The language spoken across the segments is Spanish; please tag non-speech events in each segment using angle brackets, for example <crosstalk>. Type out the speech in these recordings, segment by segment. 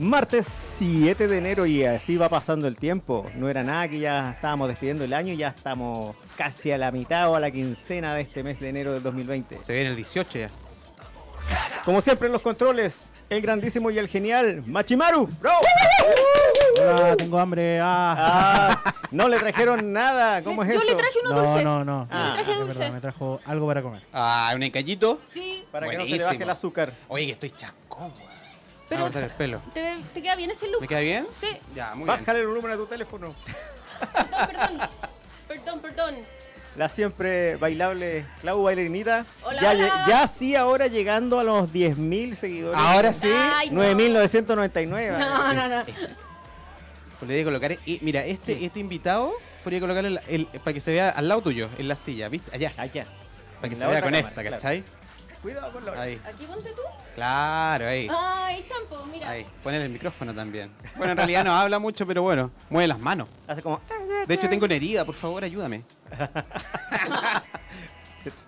Martes 7 de enero y así va pasando el tiempo. No era nada que ya estábamos despidiendo el año, y ya estamos casi a la mitad o a la quincena de este mes de enero del 2020. Se viene el 18 ya. Como siempre en los controles, el grandísimo y el genial Machimaru. Bro. Hola, tengo hambre. Ah. Ah, no le trajeron nada, ¿cómo es Yo eso? le traje uno No, dulce. no, no. Ah, le traje Es dulce. verdad, me trajo algo para comer. Ah, un encallito. Sí, Para que no se le Buenísimo. baje el azúcar. Oye, que estoy chascón, weón. Voy a pero cortar el pelo. ¿te, te queda bien ese look? Ah, ¿Me queda bien? Sí. Ya, muy bien. Bájale el volumen a tu teléfono. No, perdón. Perdón, perdón. La siempre bailable Clau Bailarinita. Hola, ya, hola. lle- ya sí, ahora llegando a los 10.000 seguidores. Ahora sí. Ay, no. 9.999. No, no, no. Es- Podría colocar. Y mira, este, este invitado podría colocarle el, el- para que se vea al lado tuyo, en la silla, ¿viste? Allá. Ah, Allá. Para En que se la vea otra con cámara, esta, claro. ¿cachai? Cuidado con la Ahí. ¿Aquí ponte tú? Claro, ahí. Ah, ahí tampoco, mira. Ahí. Ponen el micrófono también. Bueno, en realidad no <laughs> habla mucho, pero bueno, mueve las manos. Hace como. "Ah, De hecho, tengo una herida, por favor, ayúdame.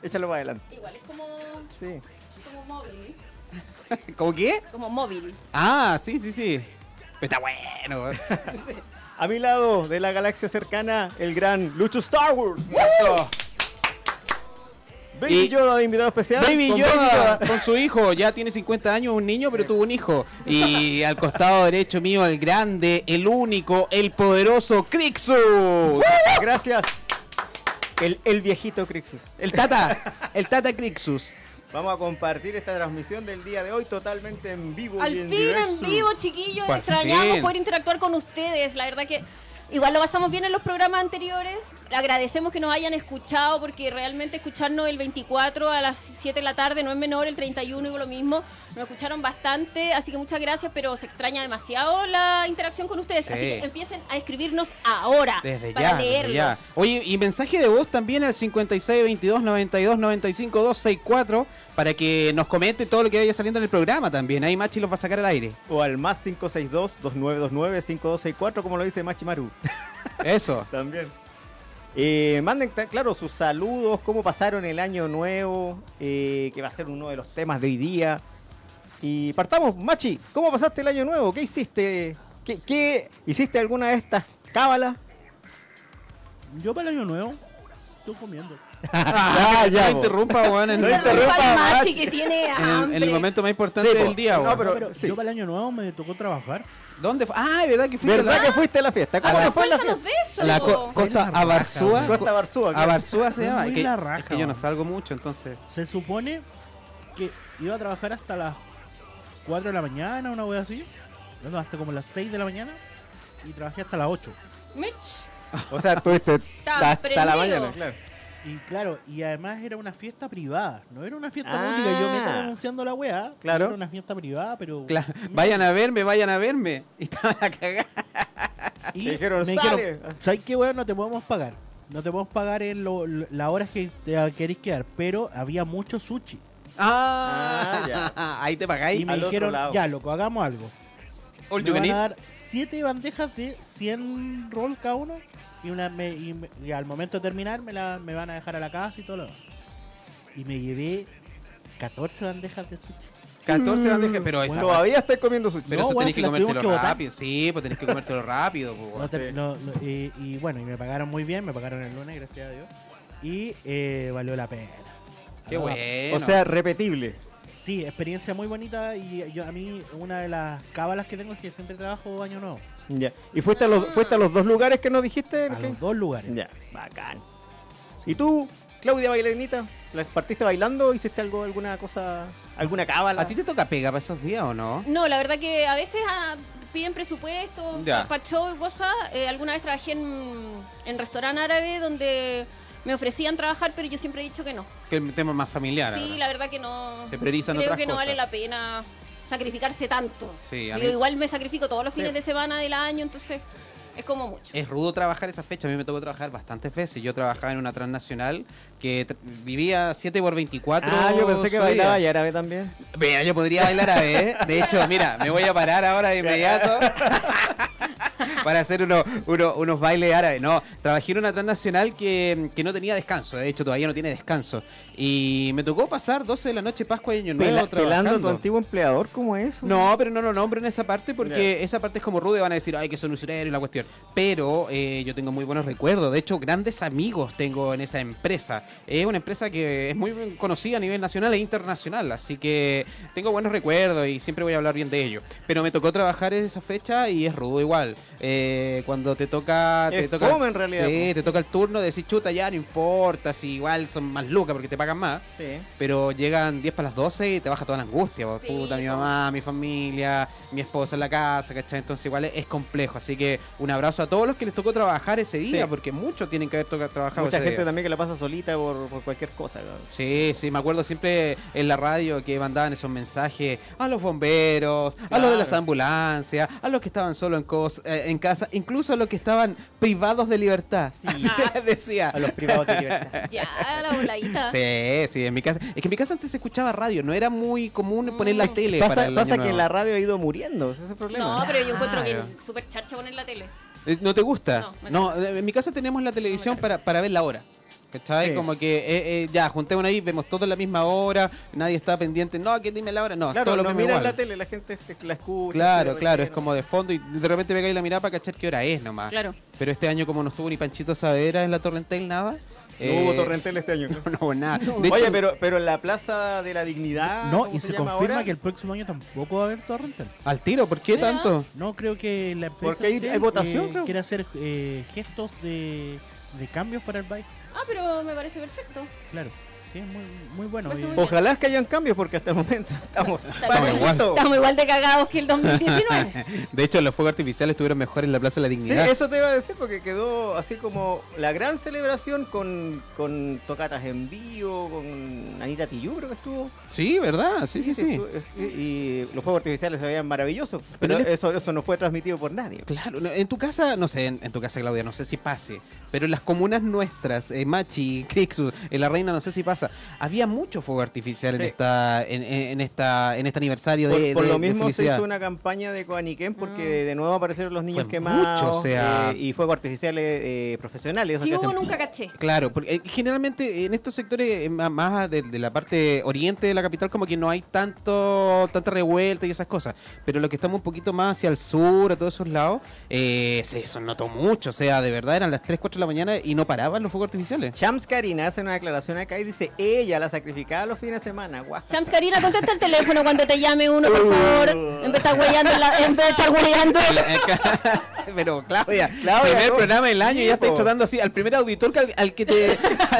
Échalo para adelante. Igual es como, Sí. como móvil. ¿Cómo qué? Como móvil. Ah, sí, sí, sí. Pero está bueno, weón. A mi lado, de la galaxia cercana, el gran Lucho Star Wars. Eso. Baby Y- Yoda de invitado especial. Baby con Yoda Yoda. con su hijo, ya tiene 50 años, un niño, pero tuvo un hijo. Y al costado derecho mío, el grande, el único, el poderoso Crixus. <laughs> Gracias. El, el viejito Crixus. El Tata, el Tata Crixus. Vamos a compartir esta transmisión del día de hoy totalmente en vivo. Al y en fin en directo. vivo, chiquillos. Por Extrañamos fin. poder interactuar con ustedes. La verdad que igual lo pasamos bien en los programas anteriores. Agradecemos que nos hayan escuchado porque realmente escucharnos el 24 a las 7 de la tarde no es menor, el 31 igual lo mismo. Nos escucharon bastante, así que muchas gracias, pero se extraña demasiado la interacción con ustedes. Sí. Así que empiecen a escribirnos ahora Desde para ya, desde leerlos. ya. Oye, y mensaje de voz también al 5622-9295-264 para que nos comente todo lo que vaya saliendo en el programa también. Ahí Machi los va a sacar al aire. O al más 562-2929-5264, como lo dice Machimaru. <laughs> Eso. También. Eh, manden, ta- claro, sus saludos, cómo pasaron el año nuevo, eh, que va a ser uno de los temas de hoy día. Y partamos, Machi, ¿cómo pasaste el año nuevo? ¿Qué hiciste? ¿Qué, qué- hiciste alguna de estas cábalas? Yo para el año nuevo estoy comiendo. Ah, ya, no po. interrumpa, weón. En, No el- interrumpa. Al Machi, Machi. que tiene en el, en hambre. el momento más importante Sí, po. del día, No, weón. No, pero- pero sí. yo para el año nuevo me tocó trabajar. ¿Dónde fue? Ah, ¿verdad que fuiste a ¿Verdad la, que fuiste a la fiesta? ¿Cómo Ah, te fue en la cuéntanos fiesta? de eso. la co- Costa Fue la Abarzúa? raja, Costa Barzúa, claro. Abarzúa se Fue llama. muy Es que, la raja, es que yo no weón. salgo mucho, entonces. Se supone que iba a trabajar hasta las 4 de la mañana, una wea así. No, hasta como las 6 de la mañana. Y trabajé hasta las 8. Mitch, O sea, tuviste Está hasta la prendido. mañana, claro. Y claro, y además era una fiesta privada, no era una fiesta Ah. pública. Yo me estaba anunciando la weá. Claro. Era una fiesta privada, pero. Claro, vayan a verme, vayan a verme. Y estaba la cagada. Y Te dijeron, me "Sale". dijeron, ¿sabes qué weón? No te podemos pagar. No te podemos pagar en lo- lo- las horas que te queréis quedar, pero había mucho sushi. Ah, Ah, ya. <laughs> ahí te Y pagáis. me al otro dijeron, lado. ya loco, hagamos algo. All Me you can van a eat. dar 7 bandejas de 100 rolls cada uno. Y, una, me- y, me- y al momento de terminar, me, la, me van a dejar a la casa y todo lo demás. Y me llevé 14 bandejas de sushi. 14 bandejas, mm, pero esa Todavía estoy comiendo sushi. Pero No, eso weón, tenés se que las tuvimos comértelo que botar. rápido. Sí, pues tenés que comértelo rápido. pues, No <laughs> weón. te- Sí. no- no, y, y bueno, y me pagaron muy bien, me pagaron el lunes, gracias a Dios. Y eh, valió la pena. Qué Valió la bueno. O sea, repetible. pena. Sí, experiencia muy bonita y yo, a mí una de las cábalas que tengo es que siempre trabajo año nuevo. Ya. ¿Y fuiste a, los, fuiste a los dos lugares que nos dijiste? A ¿Qué? los dos lugares. Ya, bacán. ¿Y tú, Claudia Bailarinita? ¿La partiste bailando? ¿Hiciste algo, alguna cosa, alguna cábala? ¿A ti te toca pega para esos días o no? No, la verdad que a veces ah, piden presupuesto, Ya. para show y cosas. Eh, alguna vez trabajé en, en restaurante árabe donde me ofrecían trabajar, pero yo siempre he dicho que no. Que es un tema más familiar. sí, ahora. la verdad que no. Se priorizan Creo otras que no cosas. vale la pena sacrificarse tanto. Sí, a Yo mí- igual me sacrifico todos los fines Sí. de semana del año, entonces es como mucho. Es rudo trabajar esa fecha. A mí me tocó trabajar bastantes veces. Yo trabajaba en una transnacional que tr- vivía 7 por 24. Ah, yo pensé que subidas. bailaba y árabe también. Mira, <laughs> ¿eh? yo podría bailar a ver. De hecho, mira, me voy a parar ahora de inmediato. para hacer uno- uno- unos bailes árabes. No, trabajé en una transnacional que, que no tenía descanso. De hecho, todavía no tiene descanso. Y me tocó pasar 12 de la noche, Pascua y Año Nuevo, Pela- pelando a tu trabajando. antiguo empleador, ¿cómo es? eso? No, pero no lo nombro en esa parte porque esa parte es como rude, van a decir, ay, que son usureros y la cuestión. Pero eh, yo tengo muy buenos recuerdos, de hecho, grandes amigos tengo en esa empresa. Es una empresa que es muy conocida a nivel nacional e internacional, así que tengo buenos recuerdos y siempre voy a hablar bien de ello. Pero me tocó trabajar esa fecha y es rudo igual. Eh, cuando te toca... Te Es toca fome en realidad, Sí, po. te toca el turno de decir, chuta, ya no importa, si igual son más lucas porque te pagan más. Sí. Pero llegan 10 para las 12 y te baja toda la angustia. po. Sí, Puta, mi po. mamá, mi familia, mi esposa en la casa, ¿cachai? Entonces igual es, es complejo. Así que un abrazo a todos los que les tocó trabajar ese día, Sí. porque muchos tienen que haber toca- trabajado Mucha ese gente día. también que la pasa solita por, por cualquier cosa. cabrón. Sí, sí, me acuerdo siempre en la radio que mandaban esos mensajes a los bomberos, a los de las Claro. ambulancias, a los que estaban solo en, cos- eh, en casa, incluso a los que estaban privados de libertad. <laughs> Así se Ah. les decía. A los privados de libertad. Ya, la voladita. Eh. <laughs> Sí, sí, en mi casa. Es que en mi casa antes se escuchaba radio, no era muy común poner la Mm. tele. para Pasa, el pasa año que nuevo. la radio ha ido muriendo, ese es el problema. No, pero yo encuentro que Claro. es súper charcha poner la tele. Eh, ¿No te gusta? No, me No, eh, en mi casa tenemos la televisión para, para ver la hora. ¿Cachai? Sí. Como que eh, eh, ya, juntémonos ahí, vemos todo a la misma hora, nadie está pendiente. No, que dime la hora. No, claro, todo lo no mismo miran igual. la tele, la gente es- la escucha. Claro, pero- claro, es como de fondo y de repente pegáis la mirada para cachar qué hora es nomás. Claro. Pero este año, como no estuvo ni Panchito Savera en la Torrentel, nada. No hubo eh, torrentel este año. <laughs> No hubo nada. De Oye, hecho, pero, pero en la Plaza de la Dignidad. <laughs> No, ¿cómo y se, llama confirma ahora? que el próximo año tampoco va a haber torrental. al tiro, ¿por qué Mira. tanto? No, creo que la empresa Porque hay- Shell, hay votación, eh, creo. quiere hacer eh, gestos de, de cambios para el país. Ah, pero me parece perfecto. Claro, sí, es muy, muy bueno. Pues eh, muy- Ojalá que hayan cambios porque hasta el momento <laughs> estamos. Estamos igual. Estamos igual de <laughs> cagados que el 2019. De hecho, los fuegos artificiales estuvieron mejor en la Plaza de la Sí, Dignidad. eso te iba a decir porque quedó así como la gran celebración con, con tocatas en vivo, con Anita Tillú creo que estuvo. Sí, ¿verdad? Sí, sí, sí. estuvo- eh, Y, y los fuegos artificiales se veían maravillosos, pero, Pero- eso, eso no fue transmitido por nadie. Claro, no, en tu casa, no sé, en, en tu casa, Claudia, no sé si pase, pero en las comunas nuestras, eh, Machi, <laughs> Crixus, en La Reina, no sé si pasa, había mucho fuego artificial en Sí. esta en, en- en esta en este aniversario Por, de, por de- lo de mismo se felicidad. hizo una campaña de Coaniquén porque Ah. de nuevo aparecieron los niños Fue quemados mucho, o sea- eh, y fuegos artificiales eh, profesionales. esos Si que hubo, hacen- nunca caché. Claro, porque eh, generalmente en estos sectores eh, ma- más de, de la parte oriente de la capital como que no hay tanto tanta revuelta y esas cosas, pero lo que estamos un poquito más hacia el sur, a todos esos lados, eh, se se notó mucho, o sea, de verdad eran las 3, 4 de la mañana y no paraban los fuegos artificiales. Shams Karina hace una declaración acá y dice, ella la sacrificaba los fines de semana. guau". Chams Karina, contesta el teléfono cuando te llame uno, por favor. En vez de estar huellando, en la- en vez de estar huellando. <laughs> Pero Claudia, Claudia, primer ¿cómo? programa del año y Sí, ya estáis po. tratando así al primer auditor que al, al que <laughs> te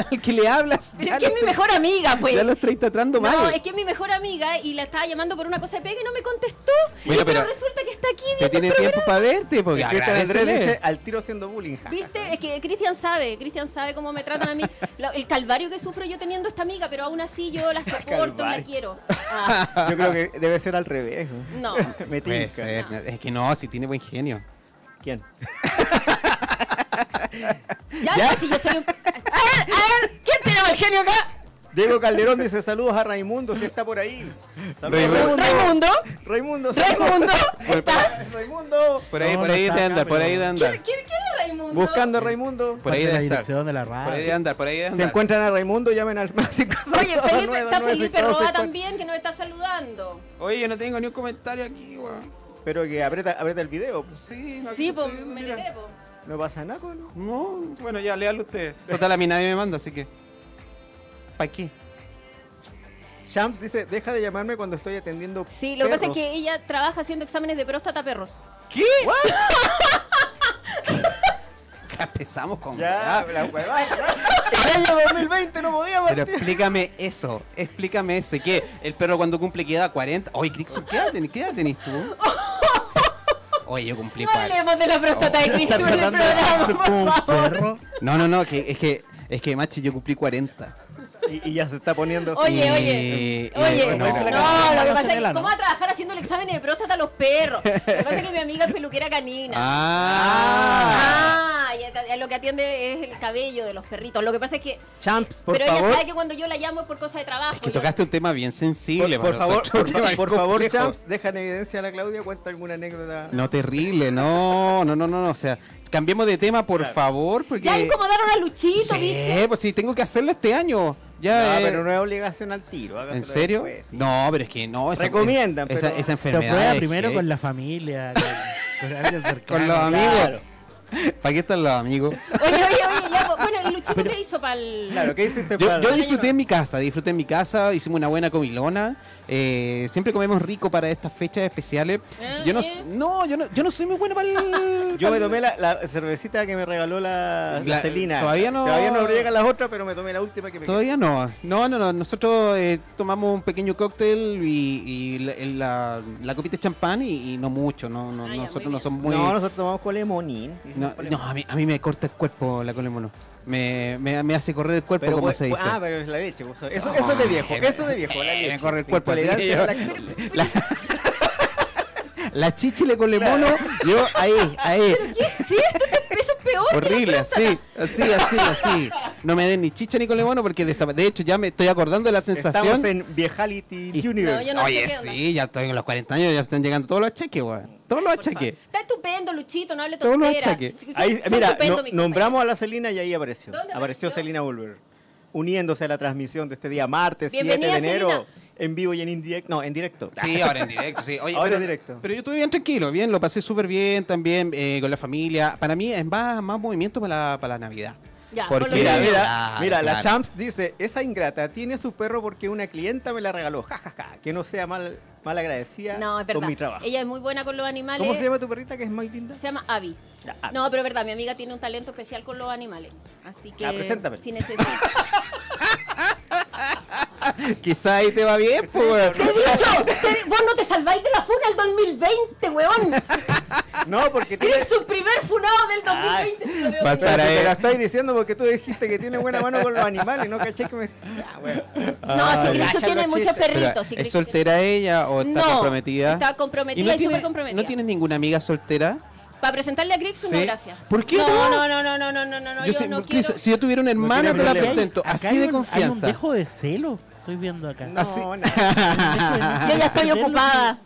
al que le hablas. Pero ya es que es lo mi estáis- mejor amiga, pues. ya lo estáis tratando No, mal. es que es mi mejor amiga y la estaba llamando por una cosa de pega y no me contestó. Mira, Y- pero, pero- resulta que está aquí Que viendo tiene el tiempo para programa. verte, porque Y Cristian Andrés agradécele. dice, al tiro haciendo bullying. ja, ja, ja". ¿Viste? Es que Cristian sabe, Cristian sabe cómo me tratan a mí. Lo- el calvario que sufro yo teniendo esta amiga, pero aún así yo la soporto y la Calvario. quiero. Ah, <laughs> Yo creo que debe ser al revés. <laughs> ¿no? no. Me Puede tinca. ser, es que no, si tiene buen genio. ¿Quién? Ya, ¿Ya? no, si yo soy un... A ver, a ver, ¿quién tiene mal genio acá? Diego Calderón dice, saludos a Raimundo, si está por ahí. Saludos, Raimundo. Raimundo, Raimundo. Raimundo, ¿estás? Raimundo. Por No, ahí, por no ahí está de acá, andar, por pero- ahí de ¿Quién, andar. quién, quién es Raimundo? Buscando a Raimundo. Por ahí parte de la debe estar. dirección de la Por ahí radio. de andar, por ahí de Se andar. encuentran a Raimundo, llamen al máximo. Oye, <laughs> Felipe, está Felipe Roa también, que nos está saludando. Oye, yo no tengo ni un comentario aquí, weón. Pero que aprieta, aprieta el video. pues. Sí, no, Sí, aquí pues estoy, me mira. quedé, po. No pasa nada, pues, ¿no? No, bueno, ya, léalo usted. Total, a mí nadie me manda, así que. ¿Para qué? Champ dice, deja de llamarme cuando estoy atendiendo Sí, lo que pasa es perros". que ella trabaja haciendo exámenes de próstata a perros. ¿Qué? <laughs> Ya empezamos con. Ya, weá. la huevada. <laughs> En año 2020 no podía Pero partir. explícame eso, explícame eso. ¿Y ¿Qué? ¿El perro cuando cumple queda 40? Oye, Crixon, ¿qué edad tenés, qué edad tenés <laughs> tú? Oye, yo cumplí No 40. hablemos de la próstata de Cristo en el programa, Es como por un favor. perro. No, no, no, que, es que, es que, machi, yo cumplí 40. Y, y ya se está poniendo. <laughs> Oye, Eh, oye, oye, eh, bueno, no, parece la canción de lo que pasa es Marcela, ¿no? que ¿cómo va a trabajar haciendo el examen de próstata a los perros? Lo que pasa es que mi amiga es peluquera canina. Ah, Ah, y ahí- ahí ella lo que atiende es el cabello de los perritos. Lo que pasa es que. Champs, por pero favor. ella sabe que cuando yo la llamo es por cosa de trabajo. Es que ya. tocaste un tema bien Por, sensible. por para <laughs> favor, nosotros, por, un tema <laughs> bien por favor, complejo. Champs, deja en evidencia a la Claudia, cuenta alguna anécdota. No, terrible, no, no, no, no, no, o sea, cambiemos de tema, por favor, porque... Ya incomodaron a Luchito, ¿viste? Sí, pues sí, tengo que hacerlo este año. Ya, No, eh, pero no es obligación al tiro. hágaselo ¿En serio? después, sí. No, pero es que no. Esa, Recomiendan, esa, pero- esa Pero enfermedad. prueba es primero que- con la familia, con, con alguien cercano. <laughs> Con los amigos. claro. ¿Para qué están <laughs> los amigos? Oye, oye, oye, ya, pues, bueno, ¿y Luchito qué hizo para el.? Claro, ¿qué hiciste Yo, para- yo no. disfruté en mi casa, disfruté en mi casa, hicimos una buena comilona. eh, siempre comemos rico para estas fechas especiales. Ah, Yo no, ¿Eh? bien. no, yo no, yo no soy muy bueno para el. <laughs> Yo me tomé la, la cervecita que me regaló la, la La- Celina. todavía no- Todavía no llegan las otras, pero me tomé la última que me quedó. <laughs> Todavía no. No, no, no. Nosotros eh, tomamos un pequeño cóctel y, y la, el- la- la copita de champán y, y no mucho. No, no, Ah, ya, nosotros muy no bien. somos muy. No, nosotros tomamos colemonín. No, no, a, mí, a mí me corta el cuerpo la colemono. Me, me, me hace correr el cuerpo, Pero como pues- se dice. Ah, pero es la leche. pues, Eso, eso es de viejo, eso es de viejo. La Eh, leche. me corre el cuerpo, así Intolerancia que yo- a la lactosa. la, la chichile colemono, yo ahí, ahí. ¿Qué es esto? Eso es peor. que la Horrible, planta. así, así, así, así. No me den ni chicha ni colemono porque desapa- de hecho ya me estoy acordando de la sensación. Estamos en Viejality Y- Universe. No, yo no sé Oye, qué onda. sí, ya estoy en los 40 años, ya están llegando todos los achaques, weón. Todos los Por favor. achaques. Está estupendo, Luchito, no hable Todos los tonteras. achaques. <laughs> Sí, sí, Ahí, está mira, estupendo, no- mi compañero. nombramos a la Celina y ahí apareció. ¿Dónde Apareció apareció? Celina Wolver, uniéndose a la transmisión de este día, martes 7 Bienvenida, de enero, Celina. en vivo y en indirecto. No, en directo. Sí, ahora en directo, sí. Oye, Ahora pero, en directo. Pero yo estuve bien tranquilo, bien, lo pasé súper bien también eh, con la familia. Para mí es más, más movimiento para la, para <laughs> la Navidad. Ya, Porque- por lo Mira, menos. mira, Claro, mira, la claro. Champs dice, esa ingrata tiene su perro porque una clienta me la regaló, jajaja, que no sea mal, mal agradecida No, es verdad. con mi trabajo. Ella es muy buena con los animales. ¿Cómo se llama tu perrita que es más linda? Se llama Abby. Ya, ah, No, pero es verdad, mi amiga tiene un talento especial con los animales. Así que. Ah, preséntame. Si necesito. Quizá ahí te va bien, pues, weón. ¡Te he dicho! Te- ¡Vos no te salváis de la funa el <laughs> 2020, weón! No, porque <laughs> tiene... ¡Tienes su primer funado del 2020! se lo veo Basta. Pero Para venir. te él. la estoy diciendo porque tú dijiste que tiene buena mano con los animales, ¿no? Caché que me... Ya, bueno. No, si Cristo Cacha tiene los muchos chistes. Pero, perritos. si ¿Es Cristo tiene- soltera ella o está no, comprometida? Está ¿Y comprometida no y, tiene- súper comprometida. ¿No tiene ninguna amiga soltera? Para presentarle a Grixon, no, Sí. gracias. ¿Por qué no? no? No, no, no, no, no, no, no, Yo yo, sé- no Chris, quiero... Si yo tuviera una hermana, tiene te la problema. presento. Acá Así hay de un- Hay un confianza. Ah, dejo de celo, estoy viendo acá. No, <laughs> Así- no. Yo ya estoy Ven lo que- ocupada.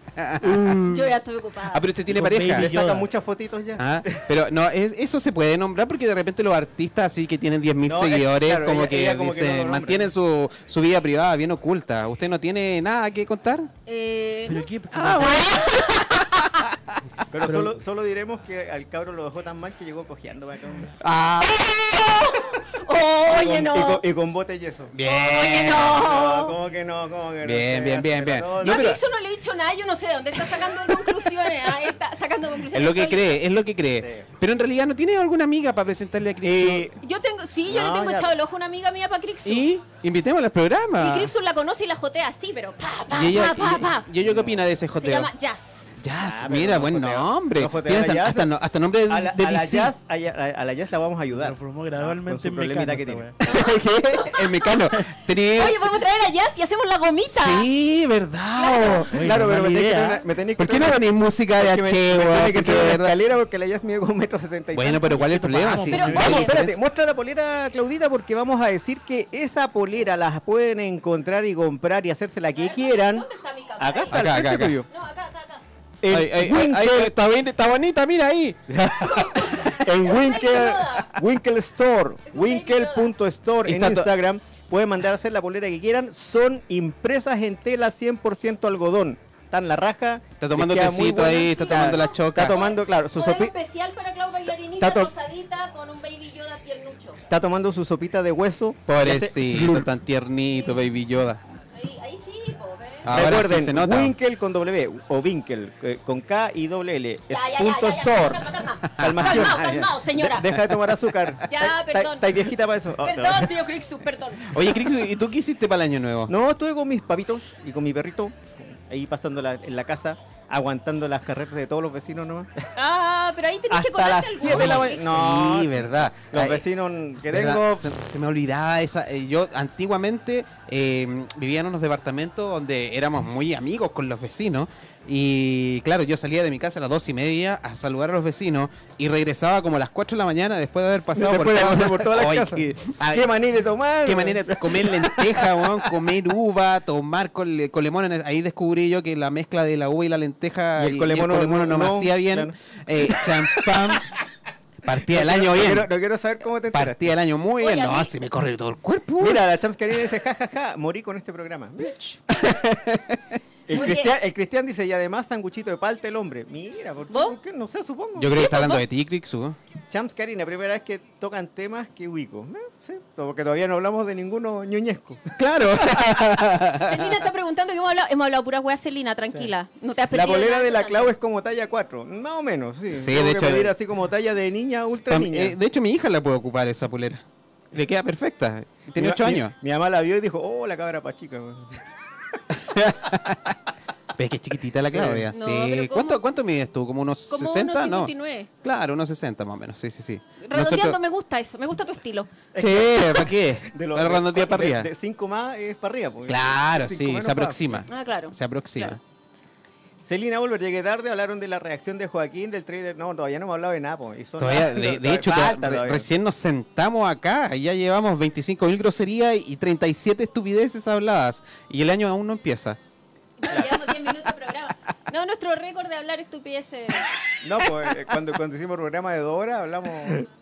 Yo ya estoy ocupada. Ah, <laughs> pero usted tiene Con pareja. baby Le saca Yoda. muchas fotitos ya. Ah, pero no, es- eso se puede nombrar porque de repente los artistas así que tienen 10.000 No, es- seguidores claro, como ella- que ella como que dicen, no lo nombra. mantienen su, su vida privada bien oculta. ¿Usted no tiene nada que contar? Eh, Pero no. qué- Ah, Pero, solo, solo diremos que al cabro lo dejó tan mal que llegó cojeando. para acá. Ah, Y con- Y Oye, con, no. y con bote y eso. bien. Eh, Oye, No, no. ¿cómo que no? ¿Cómo que no? Bien, Se bien, bien, hace, bien. pero Yo no, a pero- Grixon no le he dicho nada, yo no sé de dónde está sacando conclusiones. Ah, está sacando Es conclusiones. lo que solo. cree, es lo que cree. Sí. Pero en realidad no tiene alguna amiga para presentarle a Cristo. Eh, Yo tengo, sí, yo No, le tengo ya. echado el ojo a una amiga mía para Grixon. y invitemos al programa. Y Grixon la conoce y la jotea así, pero pa, pa, ¿Y ella, pa, pa, pa. y- y ella qué opina de ese Se joteo? llama Jazz. Jazz, Ah, pero mira, no buen joteo. nombre. No joteo Tiene a la hasta, Jazz. hasta no- hasta nombre de, a, la, de a la DC. jazz, a, ya- a la jazz la vamos a ayudar. Lo formó Con su gradualmente en problemita mecano, que esta tiene. wea. <laughs> ¿Qué? El mecano. Tenía- Oye, podemos traer a Jazz y hacemos la gomita. Eh, Sí, verdad. Oye, claro, pero no me mala tenés que idea. traer una- me tenés que ¿Por qué no traer una- ponéis música de porque me- me H, tiene weón? que Porque traer de una verdad- escalera porque la jazz mide un metro setenta y Bueno, pero ¿cuál es el problema? Vamos, Sí, pero sí, Vamos, Oye, espérate, es- muestra la polera, Claudita, porque vamos a decir que esa polera las pueden encontrar y comprar y hacerse la A que ver, quieran. ¿Dónde está mi cámara? Acá está, Ahí. al Acá, frente acá, acá. tuyo. No, acá, acá, acá. En Ay, ay, ay, Winkel, ay, está, bien- está bonita, <laughs> mira ahí. <laughs> en Winkel, Yoda. Winkel Store, Es un Baby winkel.store Y en tanto- Instagram. Pueden mandar a hacer la polera que quieran. Son impresas en tela 1100% algodón. Están la raja. Está tomando les queda muy tecito buena. ahí, está tomando la choca. Está tomando, claro, su Modelo sopi- especial para Clau Bailarinita Está to- rosadita con un baby Yoda tiernucho. Está tomando su sopita de hueso. Pobrecito, tan tiernito, baby Yoda. Ahí, ahí sí, po, ¿ves? Ah, Ahora sí Recuerden, se nota. Winkel con W o Winkel eh, con K y doble L. Es Ya, ya, ya, punto ya, ya, store. calma, calma. Calmación. Calmao, calmao, señora. De- deja de tomar azúcar. Ya, Está- está- perdón. Está viejita para eso. Oh, Perdón, tío Crixu, perdón. Oye, Crix, ¿y tú qué hiciste para el año nuevo? No, estuve con mis papitos y con mi perrito. Ahí pasándola en la casa, aguantando las carreras de todos los vecinos nomás. Ah, pero ahí tenés que Hasta las colarte el 7 de la huevo. mañana. No, sí, verdad. Los Ay, vecinos que ¿Verdad? tengo. pues, Se, se me olvidaba esa. eh, yo em, antiguamente eh, vivía en unos departamentos donde éramos muy amigos con los vecinos Y claro, yo salía de mi casa a las dos y media a saludar a los vecinos y regresaba como a las 4 de la mañana después de haber pasado Después de cada pasar una- por todas las Ay, casas. qué- ay, Qué manera de tomar. Qué weón. manera de comer lenteja, weón, comer uva, tomar col- colemono. Ahí descubrí yo que la mezcla de la uva y la lenteja Y y el el colemono colemono, no, me no, hacía bien. claro. Eh, <laughs> champán, partía el año No bien. quiero, no quiero saber cómo te enteraste. Partía el año muy Oye, bien. a No, mí- si me corre todo el cuerpo. Mira, la Champs Karina dice, jajaja, ja, ja, morí con este programa. Bitch. El Oye. Cristian, el Cristian dice, y además sanguchito de palta el hombre. Mira, ¿por qué? ¿Vos? ¿Por qué? No sé, supongo. Yo creo que está hablando de <laughs> ti, Crixu. Champs Karina, primera vez que tocan temas que ubico. Eh, sí, porque todavía no hablamos de ninguno ñoñesco. <laughs> Claro. Celina está preguntando que hemos hablado, hemos hablado pura hueá, Celina, tranquila. No te has La perdido bolera nada de la importante. Clau es como talla 4, más o menos, sí. Sí, Tengo de que hecho, pedir eh, así como talla de niña, ultra Pa- niña. eh, de hecho, mi hija la puede ocupar esa pulera. Le queda perfecta. Tiene Mi- ocho mi- años. Mi, mamá la vio y dijo, oh, la cabra pachica. weón". Pero es que es chiquitita la Claudia. No, sí. pero ¿cómo? ¿Cuánto, ¿Cuánto mides tú? ¿Como unos Como 60? unos no. 59. Claro, unos 60 más o menos. Sí, sí, sí. Redondeando Nosotros- me gusta eso, me gusta tu estilo. Sí, ¿para qué? De De los- los redondear para de- arriba. De 5 más es para arriba. porque Claro, cinco sí, menos se para- aproxima. Ah, claro. Se aproxima. Claro. Celina Wolver, llegué tarde, hablaron de la reacción de Joaquín, del trader. No, todavía no hemos hablado de nada. po, y son- <laughs> Todavía, de, de todavía hecho, falta re- todavía. recién nos sentamos acá. y Ya llevamos 25.000 groserías y 37 estupideces habladas. Y el año aún no empieza. Llevamos 10 minutos de programa. No, nuestro récord de hablar estupideces. No, pues eh, cuando, cuando hicimos el programa de dos horas hablamos.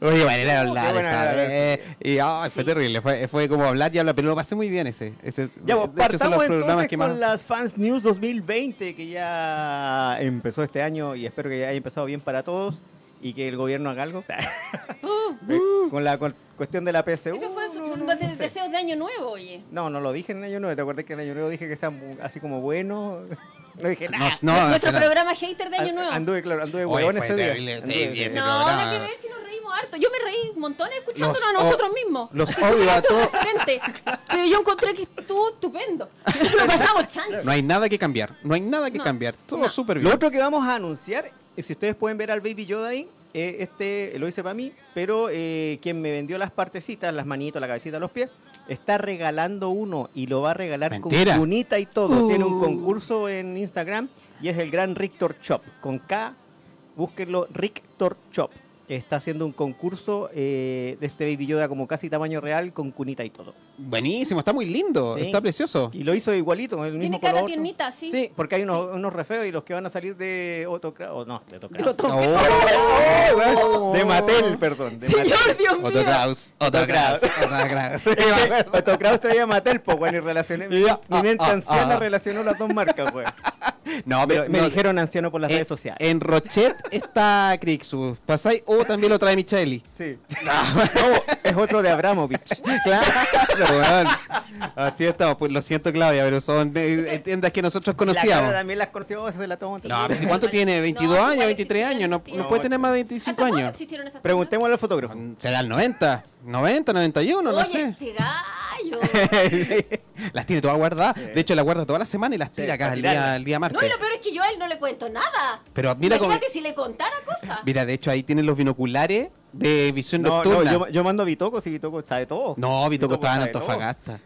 Oye, manera de Uh, qué hablar, buena esa, manera de eh. Y ay, fue Sí. terrible. Fue, fue como hablar y hablar. Pero lo pasé muy bien ese. ese Ya, de pues, hecho, son partamos los entonces programas con que más. las Fans News 2020, que ya empezó este año y espero que haya empezado bien para todos y que el gobierno haga <laughs> <laughs> algo. Eh, con la cu- cuestión de la PSU. Uh, Eso fue su, no, no, de- no sé. deseos de año nuevo, oye. No, no lo dije en año nuevo. ¿Te acuerdas que en año nuevo dije que sea mu- así como bueno? <laughs> No dije nada. No, no, Nuestro espera. programa hater de año nuevo. Anduve, claro, anduve Oye, huevón fue ese día. terrible, Anduve- terrible ese no, programa. nada que ver si nos reímos harto. Yo me reí un montón escuchándonos Los a o- nosotros mismos. Los odio <laughs> a todos. Diferente. Pero yo encontré que <laughs> estuvo estupendo. Lo pasamos chancho. No hay nada que cambiar. No hay nada que No, cambiar. Todo no. súper Lo bien. otro que vamos a anunciar, eh, si ustedes pueden ver al Baby Yoda ahí, eh, este lo hice para mí, pero eh, quien me vendió las partecitas, las manitos, la cabecita, los pies, está regalando uno y lo va a regalar Mentira. con cunita y todo. Uh. Tiene un concurso en Instagram y es el gran Rictor Chop, con K, búsquenlo, Rictor Chop. Está haciendo un concurso eh, de este Baby Yoda como casi tamaño real con cunita y todo. Buenísimo. Está muy lindo. Sí. Está precioso. Y lo hizo igualito, el mismo Tiene cara color, todo. tiernita, sí. Sí, porque hay unos, unos re feos y los que van a salir de Otocra... O no, de Otocra. Lo toqué. <laughs> Oh. De Mattel, perdón. De <laughs> Mattel. <laughs> Señor, Dios mío. Otto Kraus, Otto Kraus, <laughs> Otto Kraus. Otto Kraus traía Mattel, pues, bueno, y relacioné. Mi, Ya, mi ah, mente ah, anciana ah. relacionó las dos marcas, pues. No, <laughs> pero me no, eh, dijeron anciano por las en- redes sociales. En Rochet está Crixus. Pasáis o también lo <laughs> trae Micheli. <laughs> sí. Ah, No, es otro de Abramovich. Claro, weón. Así estamos. Pues lo siento, Claudia, pero son eh, eh, tiendas que nosotros La cara conocíamos. también las conoció, se la tomó. No, pero si ¿cuánto tiene? ¿22 No, años? igual ¿23 años? No, existían, no puede tener más de ¿Hasta 25 cuándo años. existieron esas Preguntémosle al fotógrafo. Será el 90, 90, 91, tiendas? no <laughs> Oye, sé. este gallo. las tiene todas guardadas. De hecho, las guarda toda la semana y las Sí, tira acá para el tirarlas. día, el día martes. No, y lo peor es que yo a él no le cuento nada. Pero mira cómo- Imagínate si le contara cosas. <laughs> Mira, de hecho, ahí tienen los binoculares de visión No, no, nocturna. yo, yo mando a Vitoco, si Vitoco sabe todo. No, Vitoco estaba en sabe todo. Antofagasta.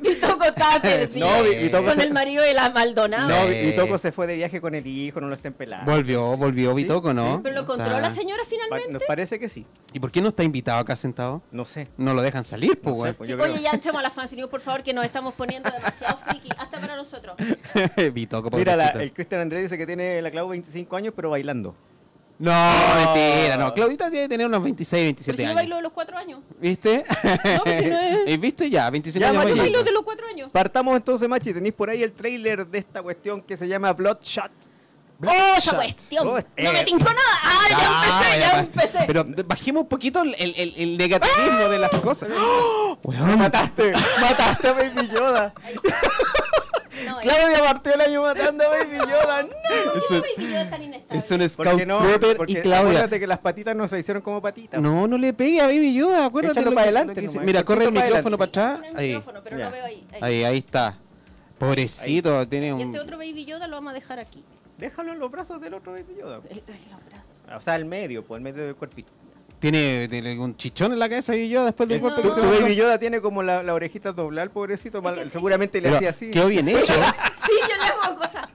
Vitoco estaba perdido. No, Vi- <laughs> Sí. Vitoco con se- el marido de la Maldonado. No, Sí. Vi- Vitoco se fue de viaje con el hijo, no lo estén pelando. Volvió, volvió Vitoco, ¿no? Pero lo Está- controló la señora Pa- finalmente. Nos parece que sí. ¿Y por qué no está invitado acá sentado? No sé. No lo dejan salir, No pues, sé, weón. pues, Sí, yo creo. oye, ya entramos a la Fancy News, por favor, que nos estamos poniendo demasiado friki, hasta para nosotros. <laughs> Vitoco, pues. Mira, la- pobrecito. el Cristian Andrés dice que tiene la Clau 25 años, pero bailando. No, mentira, no. Claudita tiene que tener unos 26, 27 Pero si yo años. bailo de los cuatro años. ¿Viste? No, pero <laughs> si no es- ¿Y ¿Viste? Ya, 25 Ya, años macho, Yo bailando. bailo de los cuatro años. Partamos entonces, Machi. Tenéis por ahí el trailer de esta cuestión que se llama Bloodshot. ¡Oh, esa Shot. cuestión! Oh, ¡No eh. me tincó nada! ¡Ah, Ah, ya empecé, ya, ya pa- empecé! Pero bajemos un poquito el, el- el- el negativismo de las cosas. ¡Oh! Weón, ¡Ah! ¡Mataste! ¡Mataste a Baby <laughs> Yoda! No, es- ¡Claudia partió el año matando a Baby Yoda! ¡No! es ¿cómo un, mi video es tan inestable? es un Ah, ¿Por scout qué no? trooper Porque y Claudia. acuérdate que las patitas no se hicieron como patitas. No, no le pegue a Baby Yoda, acuérdate. Échalo lo para que- adelante lo que dice. nomás, Mira, poquito corre el para micrófono Sí, para con atrás. el Ahí, micrófono, pero Ya. no veo ahí. ahí. ahí, ahí está. Pobrecito, tiene Y este un... otro Baby Yoda lo vamos a dejar aquí. Déjalo en los brazos del otro Baby Yoda. El- ay, los brazos. O sea, el medio, pues el medio del cuerpito. Tiene, tiene un chichón en la cabeza Baby Yoda después del No. golpe Tu, que se tu mandó. Este Baby Yoda tiene como la, la orejita doblada, el pobrecito. mal- seguramente le Pero hacía así. <laughs> Quedó bien hecho. Sí, yo le hago cosas.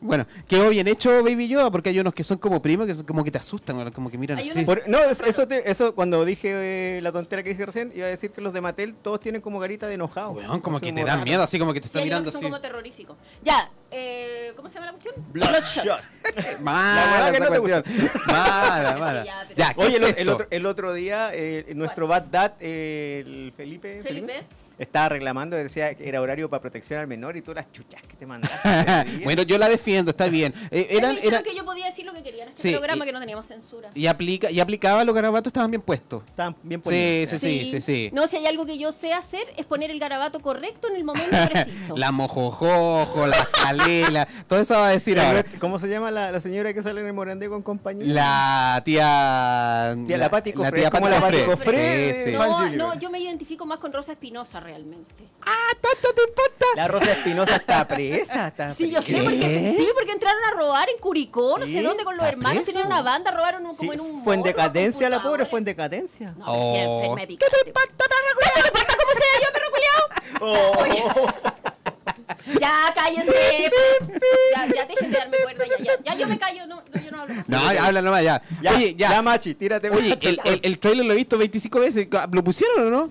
bueno, quedó bien hecho Baby Yoda porque hay unos que son como primos que son como que te asustan, como que miran Hay así. unos- Por- no, es- eso, te- eso cuando dije eh, la tontera que dije recién, iba a decir que los de Mattel todos tienen como carita de enojado. Weón, como Así que te dan raro. miedo, así como que te Sí, están hay unos mirando que son así. como terroríficos. Ya, eh, ¿cómo se llama la cuestión? Bloodshot. Mala, La verdad que esa no te cuestión. mala, <laughs> mala. Ya, pero- Ya, ¿qué Oye, es el, el esto? otro, el otro día, eh, nuestro Bad Dad, eh, el Felipe, Felipe. estaba reclamando, decía que era horario para protección al menor y tú las chuchas que te <laughs> mandaste. ese día. bueno, yo la defiendo, está bien. Eh, Me eran, dijeron eran- que yo podía decir lo que quería en este Sí, programa, y- que no teníamos censura. y, aplica, y aplicaba los garabatos, estaban bien puestos. Estaban bien Sí, ponidos. sí, sí, sí, sí. No, si hay algo que yo sé hacer es poner el garabato correcto en el momento preciso. La mojojojo, la calela, <laughs> todo eso va a decir ahora. ¿Cómo se llama la, la señora que sale en el Morandé con compañía? La tía. Tía la Pati La Cofre, tía como Pati la Cofre. Pati Cofre. Sí, sí. Fan No, no, Silver. yo me identifico más con Rosa Espinosa realmente. Ah, La Rosa Espinosa está presa. Está Sí, yo presa. sé, porque, sí, porque entraron a robar en Curicó, no sé Sí, dónde, con los está hermanos, presa, tenían po. una banda, robaron un, Sí, como en un... fue en morro, decadencia la pobre, fue en computadores. <laughs> decadencia. No, Oh. pero sí, enferma ¿Qué de picante, po. ¿Qué te importa cómo sea yo, perro culiao? Ya, cállense. po. Ya, ya, dejen de darme cuerda. Ya, ya, ya yo me callo. No, no, yo no hablo más. No, habla nomás ya. Ya, Oye, ya. ya, Machi, tírate. Oye, Machi. el, el, el trailer lo he visto 25 veces. ¿Lo pusieron o no?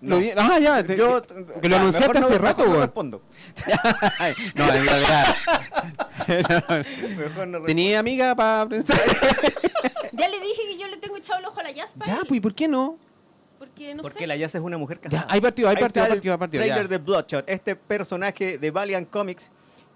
No. Lo vi- Ah, ya. te- Yo- que lo ya, anunciaste mejor no- hace mejor rato, no weón. respondo. Ay, No, en <laughs> realidad. Mejor no respondo. Tenía amiga para pensar. Ya le dije que yo le tengo echado el ojo a la jazz. <laughs> ya, pues, ¿y ¿por qué no? Porque no sé. Porque la Yasa es una mujer casada. Ya, hay partido, hay Ahí partido, hay está el partido, hay partido. Trailer ya. de Bloodshot, este personaje de Valiant Comics.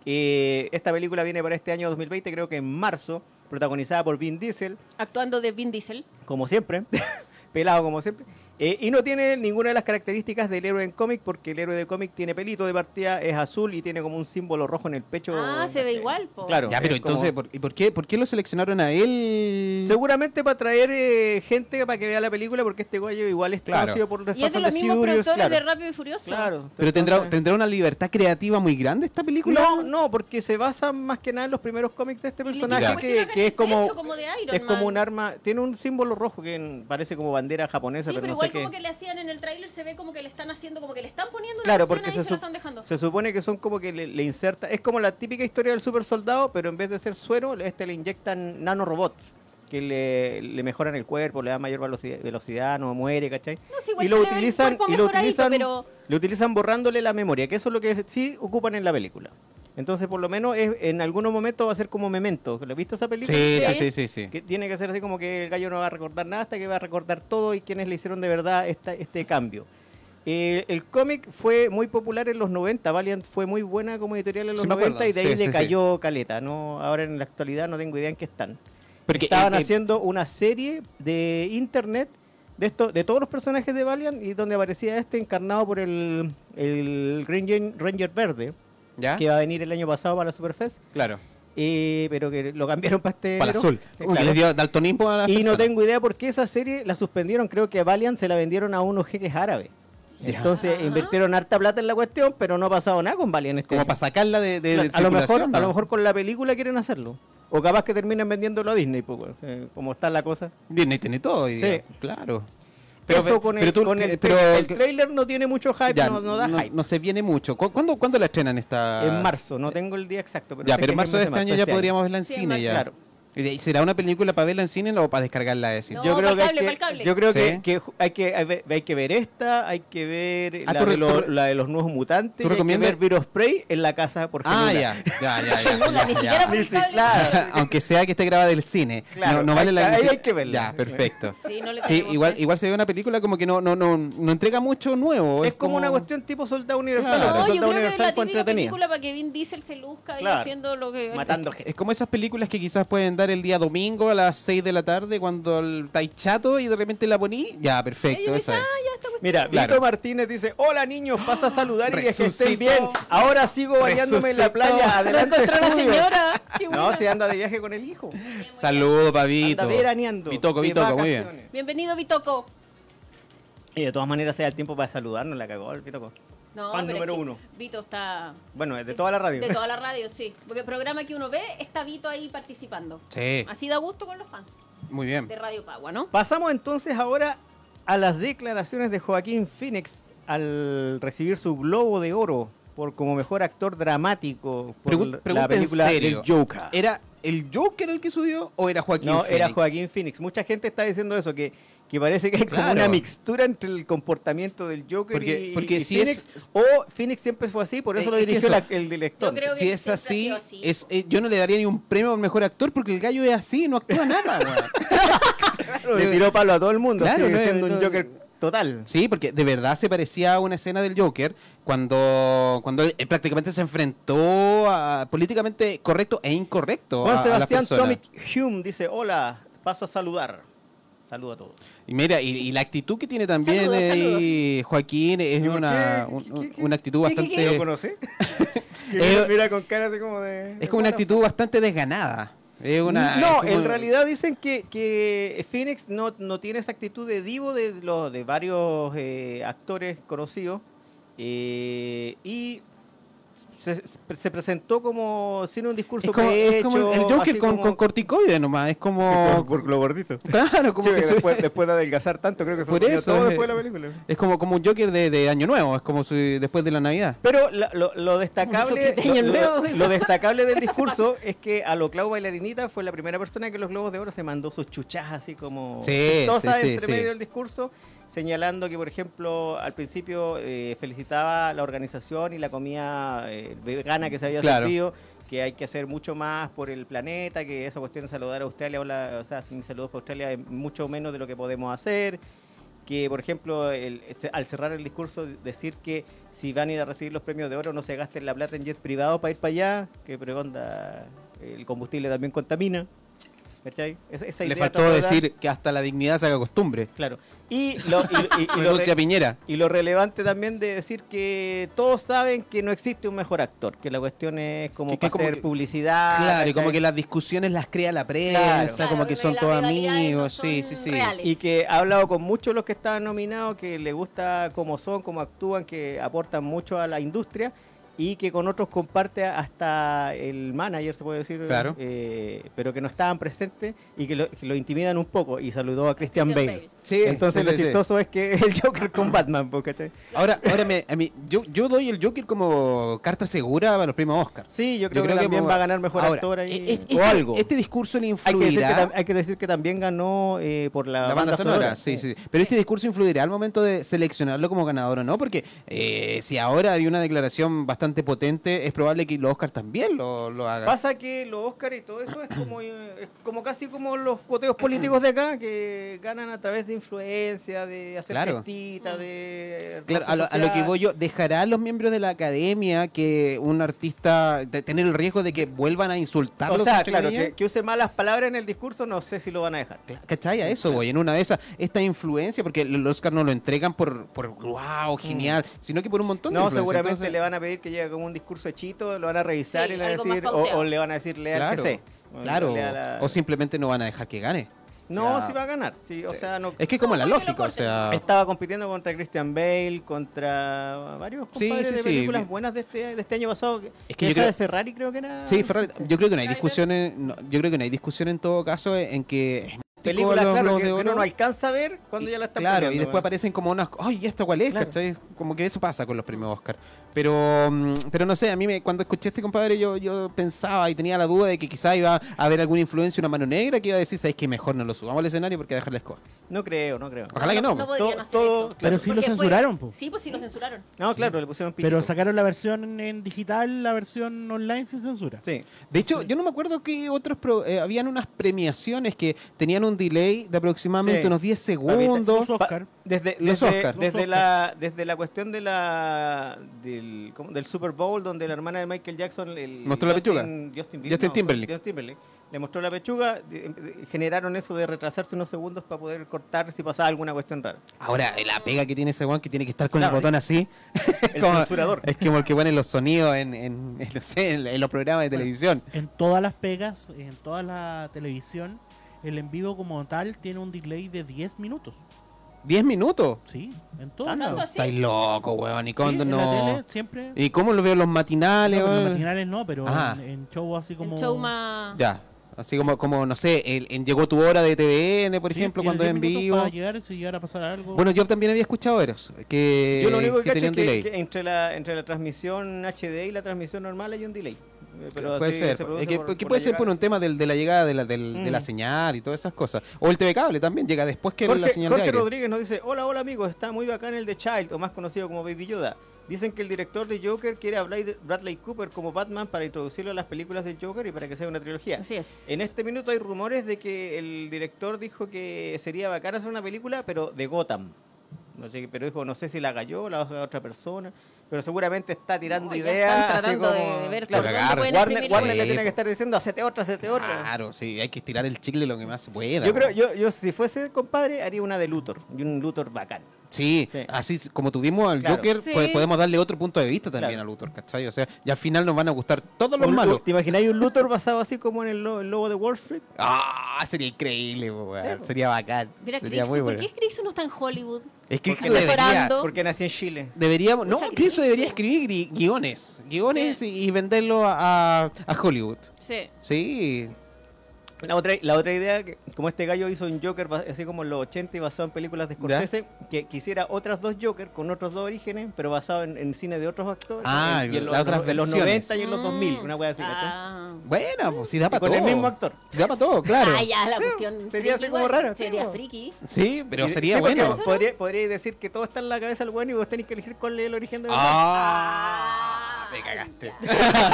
eh, esta película viene para este año 2020, creo que en marzo, protagonizada por Vin Diesel, Actuando de Vin Diesel. como siempre, <laughs> pelado como siempre. eh, y no tiene ninguna de las características del héroe en cómic, porque el héroe de cómic tiene pelito de partida, es azul y tiene como un símbolo rojo en el pecho. Ah, se ve igual, po. Claro. Ya, pero es como- entonces, ¿por, ¿y por qué, por qué lo seleccionaron a él? Seguramente para traer eh, gente para que vea la película, porque este gallo igual es Claro. conocido por Y es Fast de and los the mismos Furious, productores claro. de Rápido y Furioso. Claro. Pero tendrá, entonces- eh. tendrá una libertad creativa muy grande esta película. No, no, porque se basa más que nada en los primeros cómics de este Y le personaje tiene que, cuestión acá en que es el pecho, como, como de Iron es como Man. un arma, tiene un símbolo rojo que en- parece como bandera japonesa, Sí, pero, pero, no igual sé qué. como que le hacían en el tráiler se ve como que le están haciendo, como que le están poniendo una Claro, cuestión porque se, ahí y se la sup- están dejando. se supone que son como que le, le inserta, es como la típica historia del super soldado, pero en vez de ser suero, le- este le inyectan nanorobots que le, le mejoran el cuerpo, le dan mayor velocidad, velocidad, no muere, ¿cachai? No, sí, igual y lo se le ve el utilizan cuerpo y lo mejoradito, utilizan pero- lo utilizan borrándole la memoria que eso es lo que sí ocupan en la película entonces por lo menos es- en algunos momentos va a ser como memento ¿lo viste esa película? Sí, sí, Sí. sí, sí. sí. que tiene que ser así como que el gallo no va a recordar nada hasta que va a recordar todo y quienes le hicieron de verdad esta- este cambio. Eh, el cómic fue muy popular en los 90, Valiant fue muy buena como editorial en los Sí, me acuerdo. 90 y de Sí, ahí sí, le sí. cayó caleta. No, ahora en la actualidad no tengo idea en qué están. Porque, Estaban eh, eh, haciendo una serie de internet de esto, de todos los personajes de Valiant y donde aparecía este encarnado por el, el Ranger, Ranger Verde ¿Ya? que va a venir el año pasado para la Superfest, Claro. eh, pero que lo cambiaron para este Para enero. azul. Eh, Que claro. les dio daltonismo a las Y no personas. tengo idea por qué esa serie la suspendieron. Creo que Valiant se la vendieron a unos jeques árabes. Ya. Entonces Ajá. invirtieron harta plata en la cuestión, pero no ha pasado nada con Valiant. Este Como año. para sacarla de, de, de a, lo mejor, circulación, a ¿no? lo mejor con la película quieren hacerlo. O capaz que terminen vendiéndolo a Disney, pues, weón. Eh, como está la cosa. Disney tiene todo. hoy día, Sí. Claro. Pero, Eso con, el, tú- eh, con el, pero- el trailer no tiene mucho hype, ya, no, no da hype. no se viene mucho. ¿Cu- ¿Cuándo, ¿Cuándo la estrenan esta? en marzo, no tengo el día exacto. Pero ya, sé pero que es en marzo de el mes este año ya este podríamos verla en Sí, en cine marzo. ya. Claro. ¿Y ¿Será una película para verla en cine o para descargarla de cine? No, Yo creo pa'l que hay cable, que- pa'l cable. yo creo que, Sí. que ju- hay que hay ve- hay que ver esta, hay que ver Ah, la, tú de re- los, tú re- la de los nuevos mutantes, ¿Tú y hay que recomiendas- ver Virospray en la casa por Ah, Genula. <laughs> ya. Ya, ya, ya. Nula, ni ya, siquiera ya. por el cable. Claro. <laughs> Aunque sea que esté grabada del cine. Claro, no, no vale ahí- la ahí hay que verla. Ya, <laughs> perfecto. Sí, no le Sí, tenemos igual, fe. igual se ve una película como que no, no, no, no entrega mucho nuevo. Es como una cuestión tipo Soldado Universal. Pues Claro. ahora. No, yo Soldado creo que es la Universal fue típica entretenida. película para que Vin Diesel se luzca y Claro. haciendo lo que... Matando gente. Es como esas películas que quizás pueden dar el día domingo a las 6 de la tarde cuando el- estáis chato y de repente la poní. Ya, perfecto, Ellos esa dicen, es. "Ah, ya está cuestión". Mira, Claro. Vito Martínez dice, hola niños, paso a saludar y que estén Resucitó. bien. Ahora sigo bañándome en la Resucitó. playa. Lo Adelante, encontró la estudio. señora. Qué No, buena. se anda de viaje con el hijo. Saludos, Anda pavito. veraneando. Bitoco, de bitoco, muy bien. vacaciones. Bienvenido, Bitoco. Y de todas maneras sea el tiempo para saludarnos, la cagó el Pitoco. No, Fan pero es número que uno. Vito está... Bueno, es de toda la radio. De toda la radio, sí. Porque el programa que uno ve está Vito ahí participando. Sí, Así da gusto con los fans muy bien. de Radio Pagua, ¿no? Pasamos entonces ahora a las declaraciones de Joaquín Phoenix al recibir su globo de oro por como mejor actor dramático por Pregun- la- pregunta la en película del serio. Joker. ¿Era el Joker el que subió o era Joaquín No, era Phoenix? Joaquín Phoenix. Mucha gente está diciendo eso, que, que parece que hay como Claro. una mixtura entre el comportamiento del Joker Porque- y, porque y si Phoenix. es- O Phoenix siempre fue así, por eso Eh, lo es que dirigió eso- la- el director. Yo creo si que es siempre ha así, sido así. es, eh, yo no le daría ni un premio al mejor actor porque el gallo es así, no actúa nada, <laughs> weón. Claro, Le eh, tiró palo a todo el mundo, Claro, así, no, siendo no, un Joker total. Sí, porque de verdad se parecía a una escena del Joker cuando, cuando él eh, prácticamente se enfrentó a políticamente correcto e incorrecto Juan a, a las Sebastián personas. Tomic Hume dice, hola, paso a saludar. Saludo a todos. Y mira, y, y la actitud que tiene también Saludos, eh, saludos. y Joaquín es ¿Y por una, qué? un- ¿Qué, qué, qué? una actitud ¿Qué, qué, bastante... ¿Lo <laughs> conocí? <laughs> Eh, mira con cara así como de... Es como una actitud bastante desganada. Es una, es Mm, no, como- en realidad dicen que, que Phoenix no, no tiene esa actitud de divo de, los, de varios eh, actores conocidos. eh, y se, se presentó como sin un discurso es como, es como prehecho, el Joker así con, como- con corticoides nomás. Es como... <laughs> Por, por lo gordito. <laughs> Claro, como Sí, que se- después, después de adelgazar tanto, creo que se Por murió eso, todo eh. después de la película. es como, como un Joker de, de Año Nuevo. Es como si- después de la Navidad. Pero la- lo, lo destacable Mucho lo, pequeño lo- luego. lo destacable del discurso es que a lo Clau Bailarinita fue la primera persona que los Globos de Oro se mandó sus chuchas así como Sí, chistosas sí, sí, entre sí. medio del discurso, señalando que, por ejemplo, al principio eh, felicitaba la organización y la comida eh, vegana que se había Claro. servido, que hay que hacer mucho más por el planeta, que esa cuestión de saludar a Australia, hola, o sea, mis saludos para Australia es mucho menos de lo que podemos hacer que por ejemplo el- se- al cerrar el discurso decir que si van a ir a recibir los premios de oro no se gasten la plata en jet privado para ir para allá, que pero onda, el combustible también contamina. ¿Cachai? Esa- esa Le idea faltó trató de dar- decir que hasta la dignidad se haga costumbre. Claro. Y lo, y- y- y lo Renuncia re- Piñera. y lo relevante también de decir que todos saben que no existe un mejor actor, que la cuestión es como Que- que para como hacer que- publicidad. Claro, y como ¿cachai? que las discusiones las crea la prensa, Claro, como que son las todos rivalidades no amigos, son sí, sí, sí. reales. Y que ha hablado con muchos de los que estaban nominados, que le gusta cómo son, cómo actúan, que aportan mucho a la industria y que con otros comparte hasta el manager, se puede decir, Claro. eh, pero que no estaban presentes y que lo, que lo intimidan un poco. Y saludó a Christian Christian Bale. Bale. Sí, Entonces sí, lo sí, sí. chistoso es que <laughs> el Joker con Batman, po, ¿cachai? Ahora, ahora me- a mí, yo, yo doy el Joker como carta segura para los premios Oscar. Sí, yo creo, que, también como- va a ganar mejor Ahora, actor ahí, e- e- este, o algo. Este discurso le hay, que decir que influirá. tam- hay que decir que también ganó eh, por la, La banda sonora, sí, sí. Pero este discurso influirá al momento de seleccionarlo como ganador o no, porque eh, si ahora hay una declaración bastante potente, es probable que los Oscar también lo, lo hagan. Pasa que los Oscar y todo eso es como, eh, es como casi como los coteos políticos de acá, que ganan a través de influencia, de hacer Claro. festita, de... Mm. Claro, a lo, a lo que voy yo, ¿dejará a los miembros de la academia que un artista de tener el riesgo de que vuelvan a insultarlos? O sea, entre claro, comillas? que, que use malas palabras en el discurso, no sé si lo van a dejar. ¿Cachai? A eso voy, en una de esas, esta influencia, porque el Oscar no lo entregan por, por wow, genial, sino que por un montón Mm. de No, influencia, seguramente entonces- le van a pedir que llegue como un discurso hechito, lo van a revisar Sí, y le van a algo más decir, o, pauteado. o le van a decir, lea el Claro, PC. claro, o simplemente no van a dejar que gane. No, o sea, si va a ganar. sí, o sea, no, Es que es como la No, porque lógica, lo o corten. sea... Estaba compitiendo contra Christian Bale, contra varios Sí, compadres sí, de sí. películas buenas de este, de este año pasado. Es Es que que yo esa creo- de Ferrari creo que era. Sí, Ferrari, yo creo que no hay Driver. discusión en, no, yo creo que no hay discusión en todo caso en que películas los claro, Globos que, de que Oro- uno no alcanza a ver cuando ya la están Claro, peleando, y después bueno. aparecen como unas, ay, ¿y esta cuál es? Claro. ¿Cachai? Como que eso pasa con los premios Oscar. Pero mm, pero no sé, a mí me, cuando escuché a este compadre yo yo pensaba y tenía la duda de que quizá iba a haber alguna influencia, una mano negra que iba a decir, "Sabes que mejor no lo subamos al escenario porque va a dejar la escoba." No creo, no creo. Ojalá que no. po. podrían To- hacer todo- eso. claro. Pero sí lo Porque fue- censuraron, po. Sí, pues sí lo censuraron. No, claro, le pusieron piquito. Pero sacaron la versión en digital, la versión online sin censura. Sí. De hecho, yo no me acuerdo que otros pro- eh, habían unas premiaciones que tenían un delay de aproximadamente Sí. unos 10 Papita, segundos. Los Oscar. Desde, Los desde- Oscar. desde Los la, desde la cuestión de la, del, ¿cómo? del Super Bowl, donde la hermana de Michael Jackson el- Mostró la pechuga. Justin, Justin no, Timberlake. Justin Timberlake. Le mostró la pechuga, de- de- generaron eso de retrasarse unos segundos para poder cortar si pasaba alguna cuestión rara. Ahora, eh, la pega que tiene ese weón que tiene que estar con Claro, el botón así. El <laughs> censurador. Es como el que pone los sonidos en, en- en, no sé, en- en los programas de televisión. En todas las pegas, en toda la televisión, el en vivo como tal tiene un delay de 10 minutos. 10 minutos. Sí, en ¿Tanto? todo. lado. Ah, Tanto así. Estáis loco, weón. ¿Y cuándo Sí, en la no? tele siempre. ¿Y cómo lo veo en los matinales, No, pero en weón? los matinales no, pero Ajá. en, en show así como. El show más... Ya. Así como, como no sé, el- en Llegó tu hora de TVN, por ejemplo, cuando en vivo. Para llegar, si llegara a pasar algo. Bueno, yo también había escuchado Eros, que, Yo lo único que, eh, que cacho tenía es un que, delay. que entre, la, entre la transmisión HD y la transmisión normal hay un delay. Eh, Pero puede así ser, se po- eh, produce que, por- que por puede la ser por llegada. un tema del- de la llegada de la, del- de la Mm. señal y todas esas cosas. O el TV cable también llega después que la Jorge, señal Jorge de aire. Rodríguez nos dice, hola, hola amigos, está muy bacán el de Child, o más conocido como Baby Yoda. Dicen que el director de Joker quiere a Blade- Bradley Cooper como Batman para introducirlo a las películas de Joker y para que sea una trilogía. Así es. En este minuto hay rumores de que el director dijo que sería bacán hacer una película, pero de Gotham. No sé, pero dijo, no sé si la cayó, la va a hacer otra persona, pero seguramente está tirando No, ya ideas. están así tratando como- de ver por Claro, dónde cagar. pueden Ah, Warner, imprimir- Warner le Sí, tiene po. que estar diciendo, hacete otra, hacete otra. Claro, sí, hay que estirar el chicle lo que más se pueda. Yo po. creo, yo, yo si fuese compadre, haría una de Luthor, y un Luthor bacán. Sí, Sí. así s- como tuvimos al Claro. Joker, Sí. pues podemos darle otro punto de vista también Claro. al Luthor, ¿cachai? O sea, ya al final nos van a gustar todos los Un- malos. ¿Te imagináis un Luthor basado así como en el, lo- el lobo de Wall Street? Ah, sería increíble, po, weón. Sí, po. sería bacán. Mira, sería Crixus, muy ¿por bueno. qué Crixus no está en Hollywood? Es que Porque eso está debería, llorando. Porque nació en Chile. deberíamos, no, Mucha que eso Crixus. debería escribir gui- guiones, guiones y, y venderlo a, a- a Hollywood. Sí. Sí, La otra, la otra idea, que, como este gallo hizo un Joker bas- así como en los 80 y basado en películas de Scorsese, que quisiera otras dos Joker con otros dos orígenes, pero basado en, en cine de otros actores. Ah, en, y en los, las otras en los versiones. 90 y en los 2000, una wea así, ¿cachai? Mm. Ah. bueno, pues si da Y para con todo. el mismo actor. Da para todo, claro. Ah, ya, la cuestión. sería friki así como igual, raro, sí, Sería po. friki. Sí, pero Y- sería sí, porque bueno. Podría, podría decir que todo está en la cabeza del bueno y vos tenés que elegir cuál es el origen de verdad. Ah, me cagaste.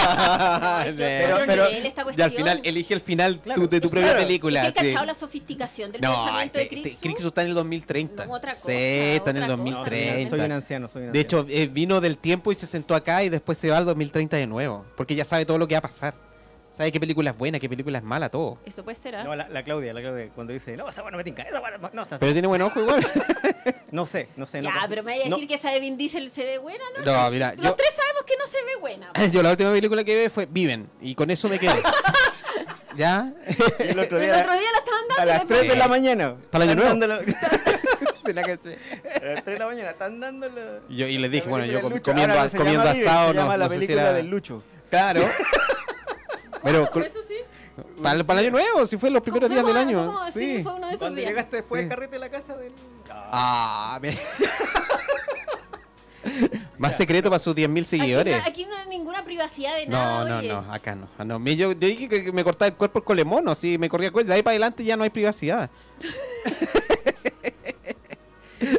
Ay, qué Pero- otro pero- nivel y esta al cuestión. final elige el final Claro. tu- de tu propia Claro. película. ¿Qué sí. cachado la sofisticación del No, pensamiento este, de Crixus? este, Crixus está en el 2030. No, otra cosa, sí, está en el otra No, soy, cosa, un- 2030. soy un anciano, soy un anciano. de hecho, eh, vino del tiempo y se sentó acá y después se va al 2030 de nuevo. Porque ya sabe todo lo que va a pasar. Sabe qué película es buena, qué película es mala, todo. Eso puede ser, ¿ah? No, la, la Claudia, la Claudia, cuando dice, no, esa buena me tinca, esa buena, no, esa- Pero tiene buen ojo <laughs> igual. no sé, no sé. este no Ya, cacho". pero me vaya a No, decir que esa de Vin Diesel se ve buena, ¿no? No, mira, Los yo, tres sabemos que no se ve buena. <laughs> yo la última película que vi fue Viven. Y con eso me <laughs> quedé. ¿Ya? El otro El día, otro día la estaban dando. a las me 3 de parece. la mañana. Para el año están dándolo- a las 3 de la mañana, están dándolo. Y, yo, y les dije, La bueno, película yo del com- Lucho. comiendo, Ahora as- se comiendo llama Viven, asado, se no, llama la no sé si película era- del Lucho. Claro. <laughs> Pero Pero <laughs> eso sí. para, para el año nuevo, si fue los primeros Fue días del como- año. fue como- Sí. fue uno de esos Cuando días. llegaste después de carrete a la casa del... Ah, <laughs> me- Más secreto para sus 10.000 seguidores. Aquí, no, aquí no hay ninguna privacidad de No, nada. no, oye. no, acá no. Ah, no. Me- Yo, yo dije que que me cortaba el cuerpo el colemono, así me corría el cuello. De ahí para adelante ya no hay privacidad.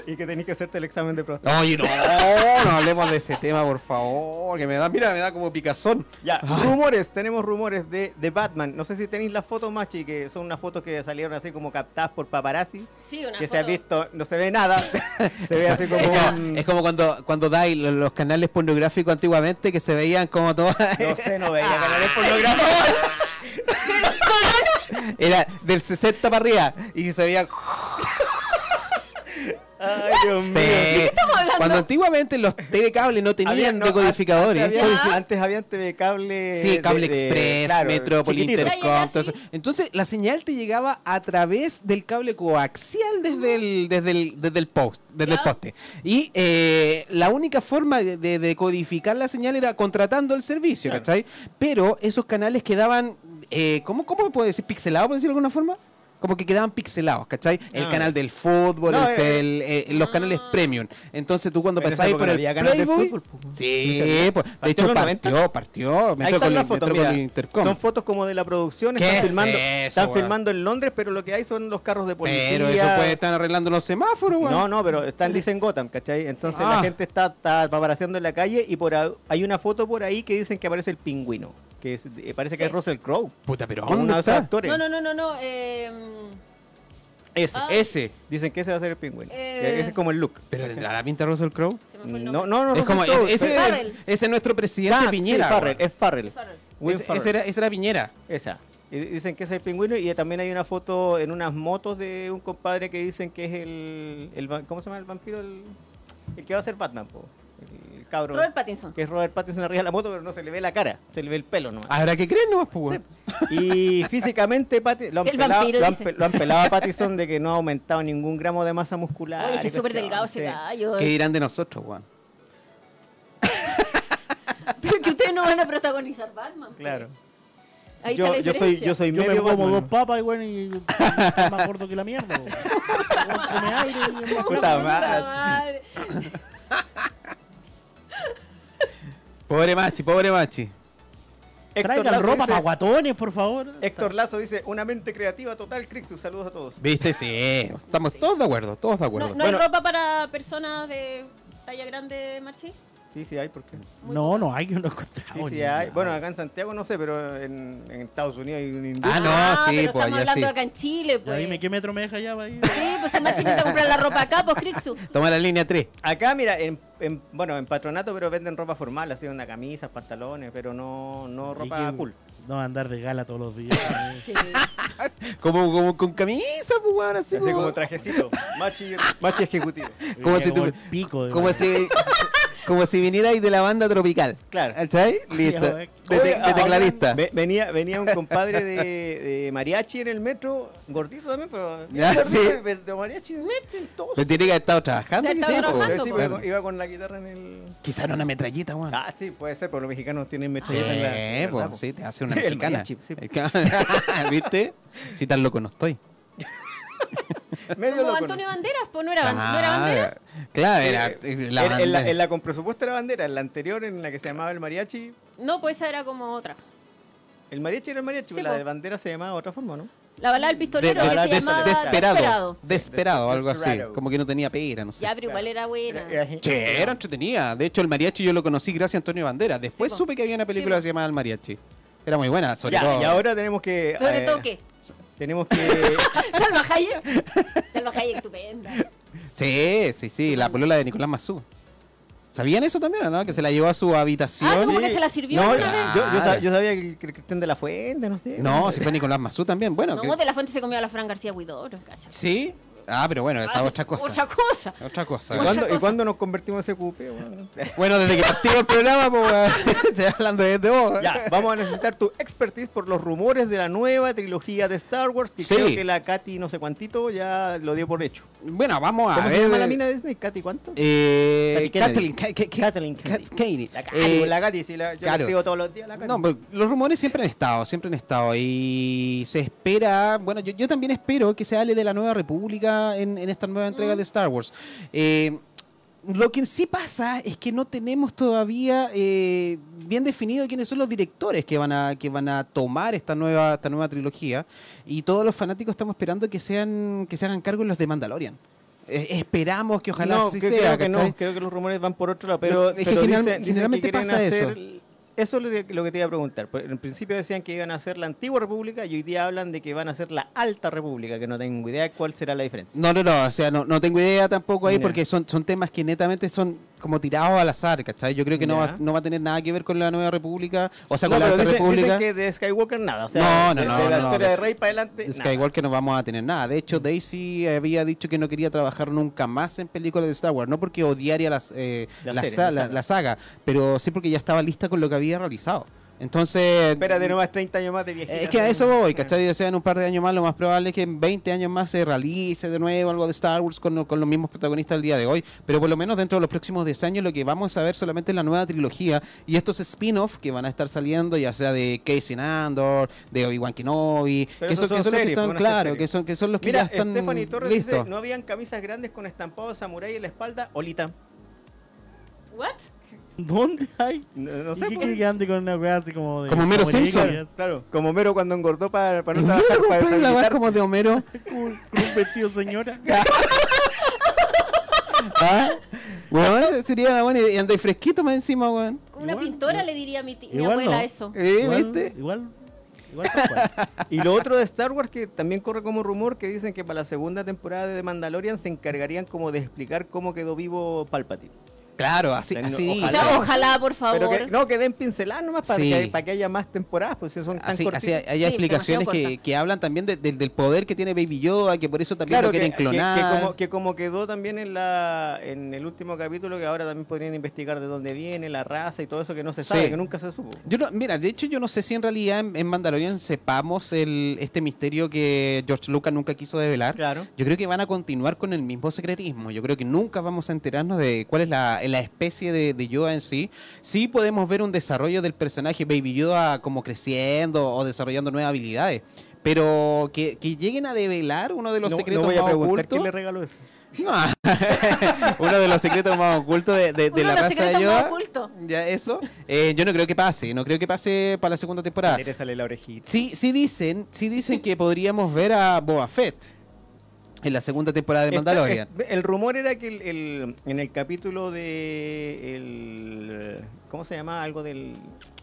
Y que tenés que hacerte el examen de próstata. Oye, no, no hablemos de ese tema, por favor. Que me da, mira, me da como picazón. Ya, rumores, tenemos rumores de, de Batman. No sé si tenéis las fotos, Machi, que son unas fotos que salieron así como captadas por paparazzi. Sí, una que se foto. ha visto, no se ve <laughs> nada. se ve así como... un- <laughs> Es como cuando, cuando dais lo- los canales pornográficos antiguamente que se veían como todas. <laughs> No sé, no veía canales pornográficos. Era del 60 para arriba y se veían. Ay, Dios mío. Sí. Cuando antiguamente los TV cable no tenían Habían, no, decodificadores. Antes habían, Ya. antes habían TV cable. ¿eh? Sí, Cable de- de- Express, claro, Metrópoli, chiquitito. Inter- Intercom, Ya todo llega eso. así. Entonces, la señal te llegaba a través del cable coaxial desde el, desde el, desde el post, desde el Ya. poste. Y eh, la única forma de, de decodificar la señal era contratando el servicio, Claro. ¿cachai? Pero esos canales quedaban, eh, ¿cómo, ¿cómo puedo decir? ¿Pixelados, por decirlo de alguna forma? Como que quedaban pixelados, ¿cachai? El Ah. canal del fútbol, No, el- eh, el- eh, los canales Ah. premium. Entonces tú cuando En esa pasabas época por no el había canales de Playboy- fútbol, po. Sí, pues, de Partió en hecho los partió, partió. Ahí están Metrópoli- las fotos, Metrópoli mira. Intercom. Son fotos como de la producción, ¿Qué están es filmando, eso, están weón? filmando en Londres, pero lo que hay son los carros de policía. Pero eso puede estar arreglando los semáforos, weón. No, no, pero están dicen Gotham, ¿cachai? Entonces Ah. la gente está, está paparaseando en la calle y por ahí- hay una foto por ahí que dicen que aparece el pingüino, que es- eh, parece que Sí. es Russell Crowe, Puta, pero uno ¿dónde de esos está? actores. No, no, no, no, no. eh, Ese. Ah. Ese. Dicen que ese va a ser el pingüino. Eh. Que Ese es como el look. Pero tendrá la pinta Russell Crowe. se me fue el No, no, nombre. no. Es Russell como, Crowe, ese, pero- Farrell. ese es nuestro presidente Ah, sí, Piñera. Farrell, weón. es Farrell. Farrell. Will Ese- Farrell. ese era, ese era Piñera. Esa. Y dicen que ese es el pingüino y también hay una foto en unas motos de un compadre que dicen que es el... el va- ¿Cómo se llama el vampiro? El, el que va a ser Batman, po. El cabro. Robert Pattinson. Que es Robert Pattinson arriba de la moto, pero no se le ve la cara, se le ve el pelo nomás. Habrá que creer nomás, pues, weón. Y <laughs> físicamente Pati- lo, han El pelado, vampiro, lo han dice. pe- lo han pelado a Pattinson de que no ha aumentado ningún gramo de masa muscular. Oye, que y es súper cuestión, delgado sí. ese gallo. eh. <laughs> ¿Qué dirán de nosotros, weón? Pero que ustedes no van a protagonizar Batman. pues. Claro. Ahí está Yo, la yo soy, yo diferencia. <laughs> soy Yo me medio como Batman. dos papas y bueno, y y más gordo que la mierda. weón. Weón, come aire y es más Puta gordo. madre. madre. Pobre Machi, pobre Machi. Héctor Traigan Lazo, ropa dice, para guatones, por favor. Héctor Lazo dice, una mente creativa total, Crixus, saludos a todos. ¿Viste? Sí, estamos todos de acuerdo, todos de acuerdo. No, no Bueno. hay ropa para personas de talla grande, machi. Sí, sí hay, ah. ¿por qué? Muy No, poca. no hay, yo no he Sí, encontrado. sí ni hay. nada. Bueno, acá en Santiago no sé, pero en, en Estados Unidos hay un hindú. Ah, no, sí, pero pues, estamos ya hablando sí. acá en Chile, Ya pues. dime qué metro me deja allá para ir. Sí, pues si Machi necesita comprar la ropa acá, <laughs> pues Crixu. Toma la línea 3. Acá, mira, en, en- bueno, en patronato, pero venden ropa formal, así, una camisa, pantalones, pero no, no ropa Y que- cool. No, andar de gala todos los días. weón. Sí. Como, como con camisa, pues, weón, así, Así como, como trajecito, machi, machi ejecutivo. <laughs> Como Me si llegó tú- el pico de como la- si, como si vinierais de la banda tropical. Claro. ¿Cachai? Listo. Oye, De, te- de Oye, tecladista. ve- Venía, venía un compadre de, de mariachi en el metro, gordito también, pero Ya, gordito, sí. pero de mariachi, meten todo. Pero tiene que haber estado trabajando. Ya quizá, estaba po. trabajando, Sí, po. pero iba- iba con la guitarra en el... Quizá era una metralleta, weón. Ah, sí, puede ser, porque los mexicanos tienen Sí, metralleta en la... en po, la- po. sí, te hace <laughs> una El mexicana. mariachi, sí. <laughs> ¿Viste? Si tan loco no estoy. Medio Como loco, ¿no? Antonio Banderas, pues no era, ban- no era Ah, bandera. Claro, Sí, era eh, eh, en- la en, la, bandera. en la con presupuesto era bandera, en la anterior, en la que se llamaba el mariachi. No, pues esa era como otra. El mariachi era el mariachi, Sí, pues. pero la po. de bandera se llamaba de otra forma, ¿no? La balada del De- pistolero la- que se des- llamaba desesperado, Desperado. desesperado. algo así. Desperado. Como que no tenía pera, no sé. Ya, pero igual era buena. Era- era- Che, era entretenida. De hecho, el mariachi yo lo conocí gracias a Antonio Banderas. Después Sí, po. supe que había una película Sí, que se llamaba El Mariachi. Era muy buena, sobre Ya, todo. y ahora tenemos que... Sobre eh, todo, <laughs> ¿qué? Tenemos que... Salva Hayek. Salva Hayek, estupenda. Sí, sí, sí, la polola de Nicolás Mazú. ¿Sabían eso también o no? Que se la llevó a su habitación. <laughs> Ah, como Sí. que se la <laughs> sirvió No, una vez. yo, yo sab- yo sabía que el Cristian de la Fuente, no sé. Ah. No, si fue Nicolás Mazú también. Bueno, No, que- de la fuente se comió a la Fran García Huidoro, cacha. sí. Ah, pero bueno, esa es otra cosa. Otra cosa. Otra ¿Y cosa. Otra cuándo, y cosa. cuándo nos convertimos en ese cupé? <laughs> weón? Bueno, desde que partimos el programa, <laughs> pues, se va hablando de vos. <laughs> Ya, vamos a necesitar tu expertise por los rumores de la nueva trilogía de Star Wars. Que Sí. creo que la Katy no sé cuántito ya lo dio por hecho. Bueno, vamos a ¿Cómo ver. se llama la mina de Disney? ¿Katy cuánto? Eh, Kathleen Kathleen, Ka- Ka- Ka- Kathleen Kennedy. Ka- Kennedy. La Katy, Eh, la Katy, sí, la, yo claro. le escribo todos los días a la Katy. No, pero los rumores siempre han estado, siempre han estado. Y se espera, bueno, yo, yo también espero que se hable de la Nueva República en, en esta nueva Mm. entrega de Star Wars. Eh, lo que sí pasa es que no tenemos todavía eh, bien definido quiénes son los directores que van a, que van a tomar esta nueva, esta nueva trilogía. Y todos los fanáticos estamos esperando que, sean, que se hagan cargo los de Mandalorian. Eh, esperamos que ojalá No, sí creo, sea. creo que ¿cachai? no, creo que los rumores van por otro lado, No, pero, es que pero general- dicen- dicen generalmente que quieren pasa eso. hacer- Eso es lo que- lo que te iba a preguntar. por- En principio decían que iban a hacer la antigua república y hoy día hablan de que van a hacer la alta república, que no tengo idea cuál será la diferencia. No, no, no, o sea, no, no tengo idea tampoco ahí Ya. porque son, son temas que netamente son como tirados al azar, ¿cachai? Yo creo que no Ya. va, no va a tener nada que ver con la Nueva República, o sea, No, con la pero Alta dicen, dicen República. que de Skywalker nada. O sea, No, no, de- no, de la no, no, historia de- de Rey para adelante. de nada. Mm. Skywalker no vamos a tener nada. De hecho, Daisy había dicho que no quería trabajar nunca más en películas de Star Wars, no porque odiaría las, eh, La la, serie, la sa- saga. la- la saga, pero sí porque ya estaba lista con lo que había realizado. Entonces, Espérate nomás 30 años más de viejita. Es que a eso voy, ¿cachai? O sea, en un par de años más, lo más probable es que en 20 años más se realice de nuevo algo de Star Wars con, con los mismos protagonistas del día de hoy. Pero por lo menos dentro de los próximos 10 años, lo que vamos a ver solamente es la nueva trilogía y estos spin-off que van a estar saliendo, ya sea de Casey Andor, de Obi-Wan Kenobi, Pero que esos son, son que son los que series, pues, están, van a ser claro, series. que son, que son los que Mira, ya están Stephanie Torres listos. dice, no habían camisas grandes con estampado samurái en la espalda, Olita. ¿What? <laughs> ¿Dónde hay? No, no No sé, sé. pues. que ande con una weá así como de. Como Mero de Simpson. Iglesias, <laughs> Claro, como Mero cuando engordó para, para no Mira, <laughs> trabajar, para compadre, la deshabilitar. verdad, como <laughs> de Homero. Con, con un <laughs> vestido señora. ¿Ah? Weón, sería una buena idea. Y andáis fresquito más encima, weón. Como una Igual, pintora igual. le diría a mi, ti- mi Igual abuela no. eso. Eh, igual, ¿Viste? igual. Igual tal cual. Y lo otro de Star Wars que también corre como rumor que dicen que para la segunda temporada de The Mandalorian se encargarían como de explicar cómo quedó vivo Palpatine. Claro, así. Tengo- así O ojalá. sea, sí. ojalá, por favor. Pero que no, que den pinceladas nomás para, Sí. que, para que haya más temporadas, pues si son tan Así, así cortitas. hay hay Sí, explicaciones demasiado que, que hablan también de- del- del poder que tiene Baby Yoda, que por eso también lo quieren clonar. como, que como quedó también en la en el último capítulo, que ahora también podrían investigar de dónde viene, la raza y todo eso que no se sabe, Sí. que nunca se supo. Yo no- mira, de hecho yo no sé si en realidad en, en Mandalorian sepamos el, este misterio que George Lucas nunca quiso develar. Claro. Yo creo que van a continuar con el mismo secretismo. Yo creo que nunca vamos a enterarnos de cuál es la la especie de, de Yoda en sí, sí podemos ver un desarrollo del personaje Baby Yoda como creciendo o desarrollando nuevas habilidades. Pero que, que lleguen a develar uno de los no, secretos no voy a más preguntar ocultos. quién le regaló eso. No. <laughs> Uno de los secretos más ocultos de, de- de Uno de la los raza de secretos más Yoda. ocultos. Ya eso. Eh, yo no creo que pase, no creo que pase para la segunda temporada. Le sale la orejita. Sí, sí dicen, sí dicen que podríamos ver a Boba Fett en la segunda temporada de Esta- Mandalorian. es- el rumor era que el- el- en el capítulo de el, ¿cómo se llama? Algo del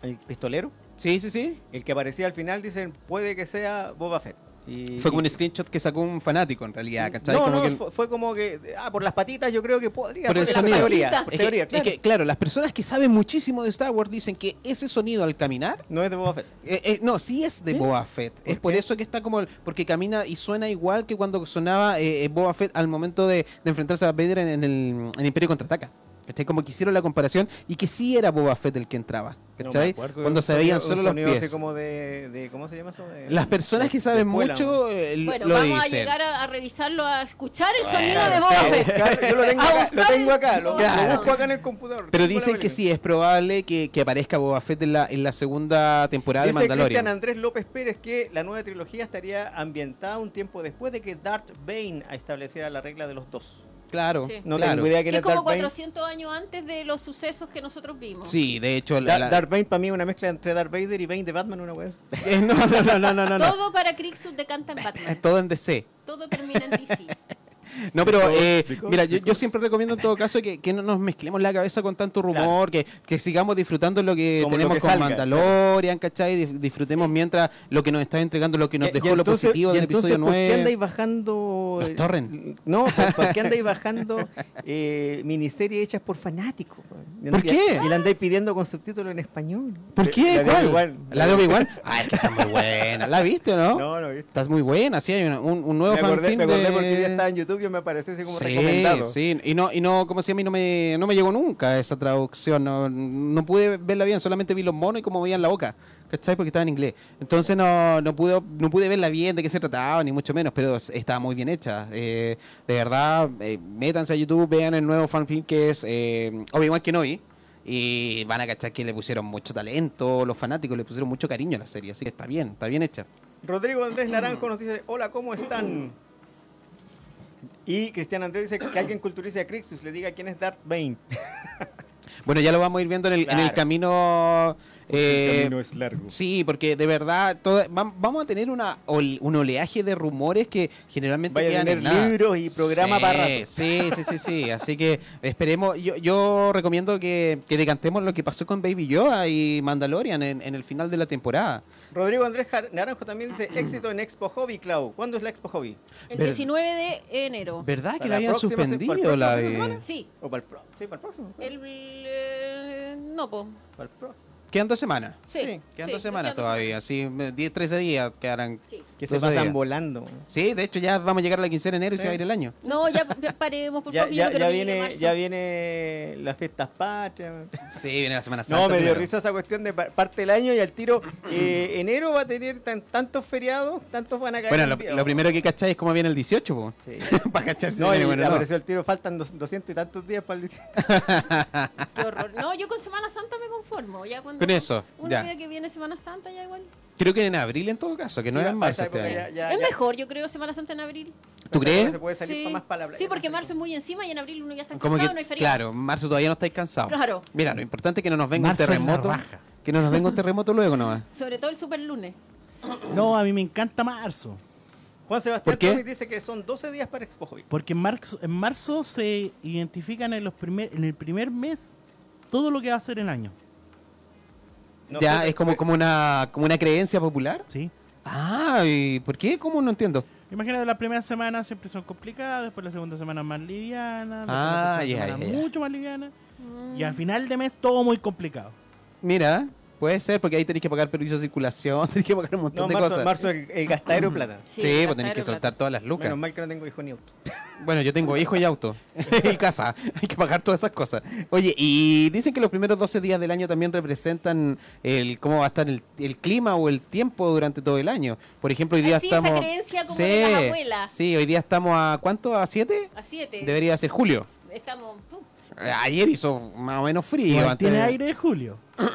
el pistolero, Sí, sí, sí. el que aparecía al final dicen puede que sea Boba Fett. Y, Fue como y- un screenshot que sacó un fanático en realidad, ¿cachai? No, Como no, que- fue, fue como que ah, por las patitas yo creo que podría Por el ser sonido. teoría, Las por es, teoría, que, es claro. que, claro, las personas que saben muchísimo de Star Wars dicen que ese sonido al caminar no es de Boba Fett. Eh, eh, no, sí es de ¿Sí? Boba Fett. es por qué? eso que está como. el- Porque camina y suena igual que cuando sonaba eh, eh, Boba Fett al momento de, de enfrentarse a Vader en, en el, en Imperio contraataca. ¿Cachai? Como que hicieron la comparación y que sí era Boba Fett el que entraba. No me ¿Cachai? acuerdo, cuando un se sonido- veían un solo los sonido pies. así como de, de- ¿cómo se llama eso? De- Las personas que de- saben de escuela. mucho eh, l- Bueno, lo vamos a dicen. llegar a, a revisarlo, a escuchar el Bueno, sonido de sí. Boba Fett. Eh, Buscar- Yo lo tengo A acá, buscar lo tengo el- acá, lo, lo Claro. busco acá en el computador. Pero Tengo la dicen que película. sí, es probable que, que aparezca Boba Fett en la, en la segunda temporada de Dice Cristian Mandalorian. Andrés López Pérez que la nueva trilogía estaría ambientada un tiempo después de que Darth Bane estableciera la regla de los dos. Claro, Sí. No claro. tengo idea Que quién es es como Darth Bane. 400 años antes de los sucesos que nosotros vimos. Sí, de hecho. la- Da- la- Darth Bane para mí es una mezcla entre Darth Vader y Bane de Batman, una vez. Eh, no, no, no, no, no, no, no. Todo para Crixus decanta en Eh, Batman. Todo en DC. Todo termina en DC. No, pero Because- eh, because- mira, yo, yo siempre recomiendo en todo caso que, que no nos mezclemos la cabeza con tanto rumor, que, que sigamos disfrutando lo que Como lo tenemos que con salga, Mandalorian, ¿cachai? Dif- Disfrutemos mientras lo que nos está entregando, lo que nos Eh, dejó y lo entonces- positivo y del entonces, episodio ¿Por qué 9. andáis bajando? Los eh, torrent. No, ¿por, por qué <laughs> andáis bajando eh, miniseries hechas por fanáticos? Y ¿Por qué? Y la andáis pidiendo con subtítulo en español. ¿Por qué? La de ¿Cuál? Obi-Wan. La <laughs> de Obi-Wan. Ah, es que esa es muy buena. ¿La viste o no? No, no, este viste. Estás muy buena, sí, hay una- un, un nuevo Me acordé, fanfilm me acordé de- porque ya estaba en YouTube y me apareció así como sí, recomendado. Sí, y no, y no, como si a mí no me, no me llegó nunca esa traducción, no, no pude verla bien, solamente vi los monos y cómo veían la boca, ¿cachai? Porque estaba en inglés. Entonces no, no, pude, no pude verla bien, de qué se trataba, ni mucho menos, pero s- estaba muy bien hecha. Eh, de verdad, eh, métanse a YouTube, vean el nuevo fanfilm que es eh, Obi-Wan Kenobi. Y van a cachar que le pusieron mucho talento, los fanáticos le pusieron mucho cariño a la serie, así que está bien, está bien hecha. Rodrigo Andrés Naranjo nos dice, hola, ¿cómo están? Y Cristian Andrés dice que alguien culturice a Crixus, le diga quién es Darth Bane. Bueno, ya lo vamos a ir viendo en el, en el Claro. camino. eh, es largo. Sí, porque de verdad toda- vam- vamos a tener una ol- un oleaje de rumores que generalmente Vaya a quedan en tener nada. libros y programa sí, para rato. Sí, sí, sí, sí. Así que esperemos. Yo, yo recomiendo que, que decantemos lo que pasó con Baby Yoda y Mandalorian en, en el final de la temporada. Rodrigo Andrés Jar- Naranjo también dice, éxito en Expo Hobby, Clau. ¿Cuándo es la Expo Hobby? El Ver- 19 de enero. ¿Verdad que Para la la habían próxima se- para el suspendido próximo la fin de de- semana? Sí. ¿O para el, pro- sí, para el próximo? El, eh, no, po. Para el pro- Quedan dos semanas. Sí. Sí, sí, Quedan nos dos semanas todavía. Sí, 10, 13 días quedarán. Sí. Que se Dos pasan días. volando. Sí, de hecho ya vamos a llegar a la quincena de enero y se va a ir el año. No, ya ya paremos, por Ya, favor. yo ya, creo ya que llegue viene, marzo. ya viene las fiestas patrias. <laughs> Sí, viene la semana santa. No, me dio primero. risa esa cuestión de pa- parte del año y al tiro. <clears throat> eh, enero va a tener tan- tantos feriados, tantos van a caer. Bueno, en lo, día. lo primero que cacháis es cómo viene el 18, po. <laughs> Sí. <laughs> para cacharse. No, y bueno, no. apareció el tiro, faltan dos- 200 y tantos días para el diciembre. Qué horror. No, yo con Semana Santa me conformo. Ya cuando Con eso, ya. Una vez que viene Semana Santa, ya igual. Creo que en abril en todo caso, que no Sí, era pa- en pa marzo esa este época año. ya- ya- es ya- mejor, yo creo, Semana Santa en abril. <laughs> ¿Tú crees? Se puede salir sí. pa' más palabras. sí, porque marzo es muy encima y en abril uno ya está Como cansado, que, no hay feriado. claro, en marzo todavía no estáis cansados. Claro. Mira, lo importante es que no nos venga Marzo un es la terremoto. raja. Que no nos venga un terremoto luego nomás. Sobre todo el super lunes. No, a mí me encanta marzo. Juan Sebastián ¿Por qué? Torres dice que son 12 días para Expo Hobby. Porque en marzo, en marzo se identifican en, los primer, en el primer mes todo lo que va a ser el año. <laughs> No ya, sé, es como, pero- como, una, como una creencia popular. ¿sí? Ah, ¿y por qué? ¿Cómo no entiendo? Imagínate, las primeras semanas siempre son complicadas, después la segunda semana más liviana, después Ah, la ya, tercera semana ya, ya. mucho más liviana. Y Mm, al final de mes todo muy complicado. Mira, puede ser, porque ahí tenéis que pagar permiso de circulación, <laughs> tenéis que pagar un montón No, de marzo, cosas. marzo el, el gastadero de plata. Sí, gastar pues tenéis que el soltar todas las lucas. Menos mal que no tengo hijo ni auto. Bueno, yo tengo hijo y <laughs> auto y casa. Hay que pagar todas esas cosas. Oye, y dicen que los primeros 12 días del año también representan el cómo va a estar el, el clima o el tiempo durante todo el año. Por ejemplo, hoy Ah, día sí, esa estamos. creencia como de las abuelas. Sí, hoy día estamos a ¿cuánto? ¿A 7? rato. A 7. Debería ser julio. Estamos. pum, Ayer hizo más o menos frío. Igual antes tiene de- aire de julio. ¿Tú-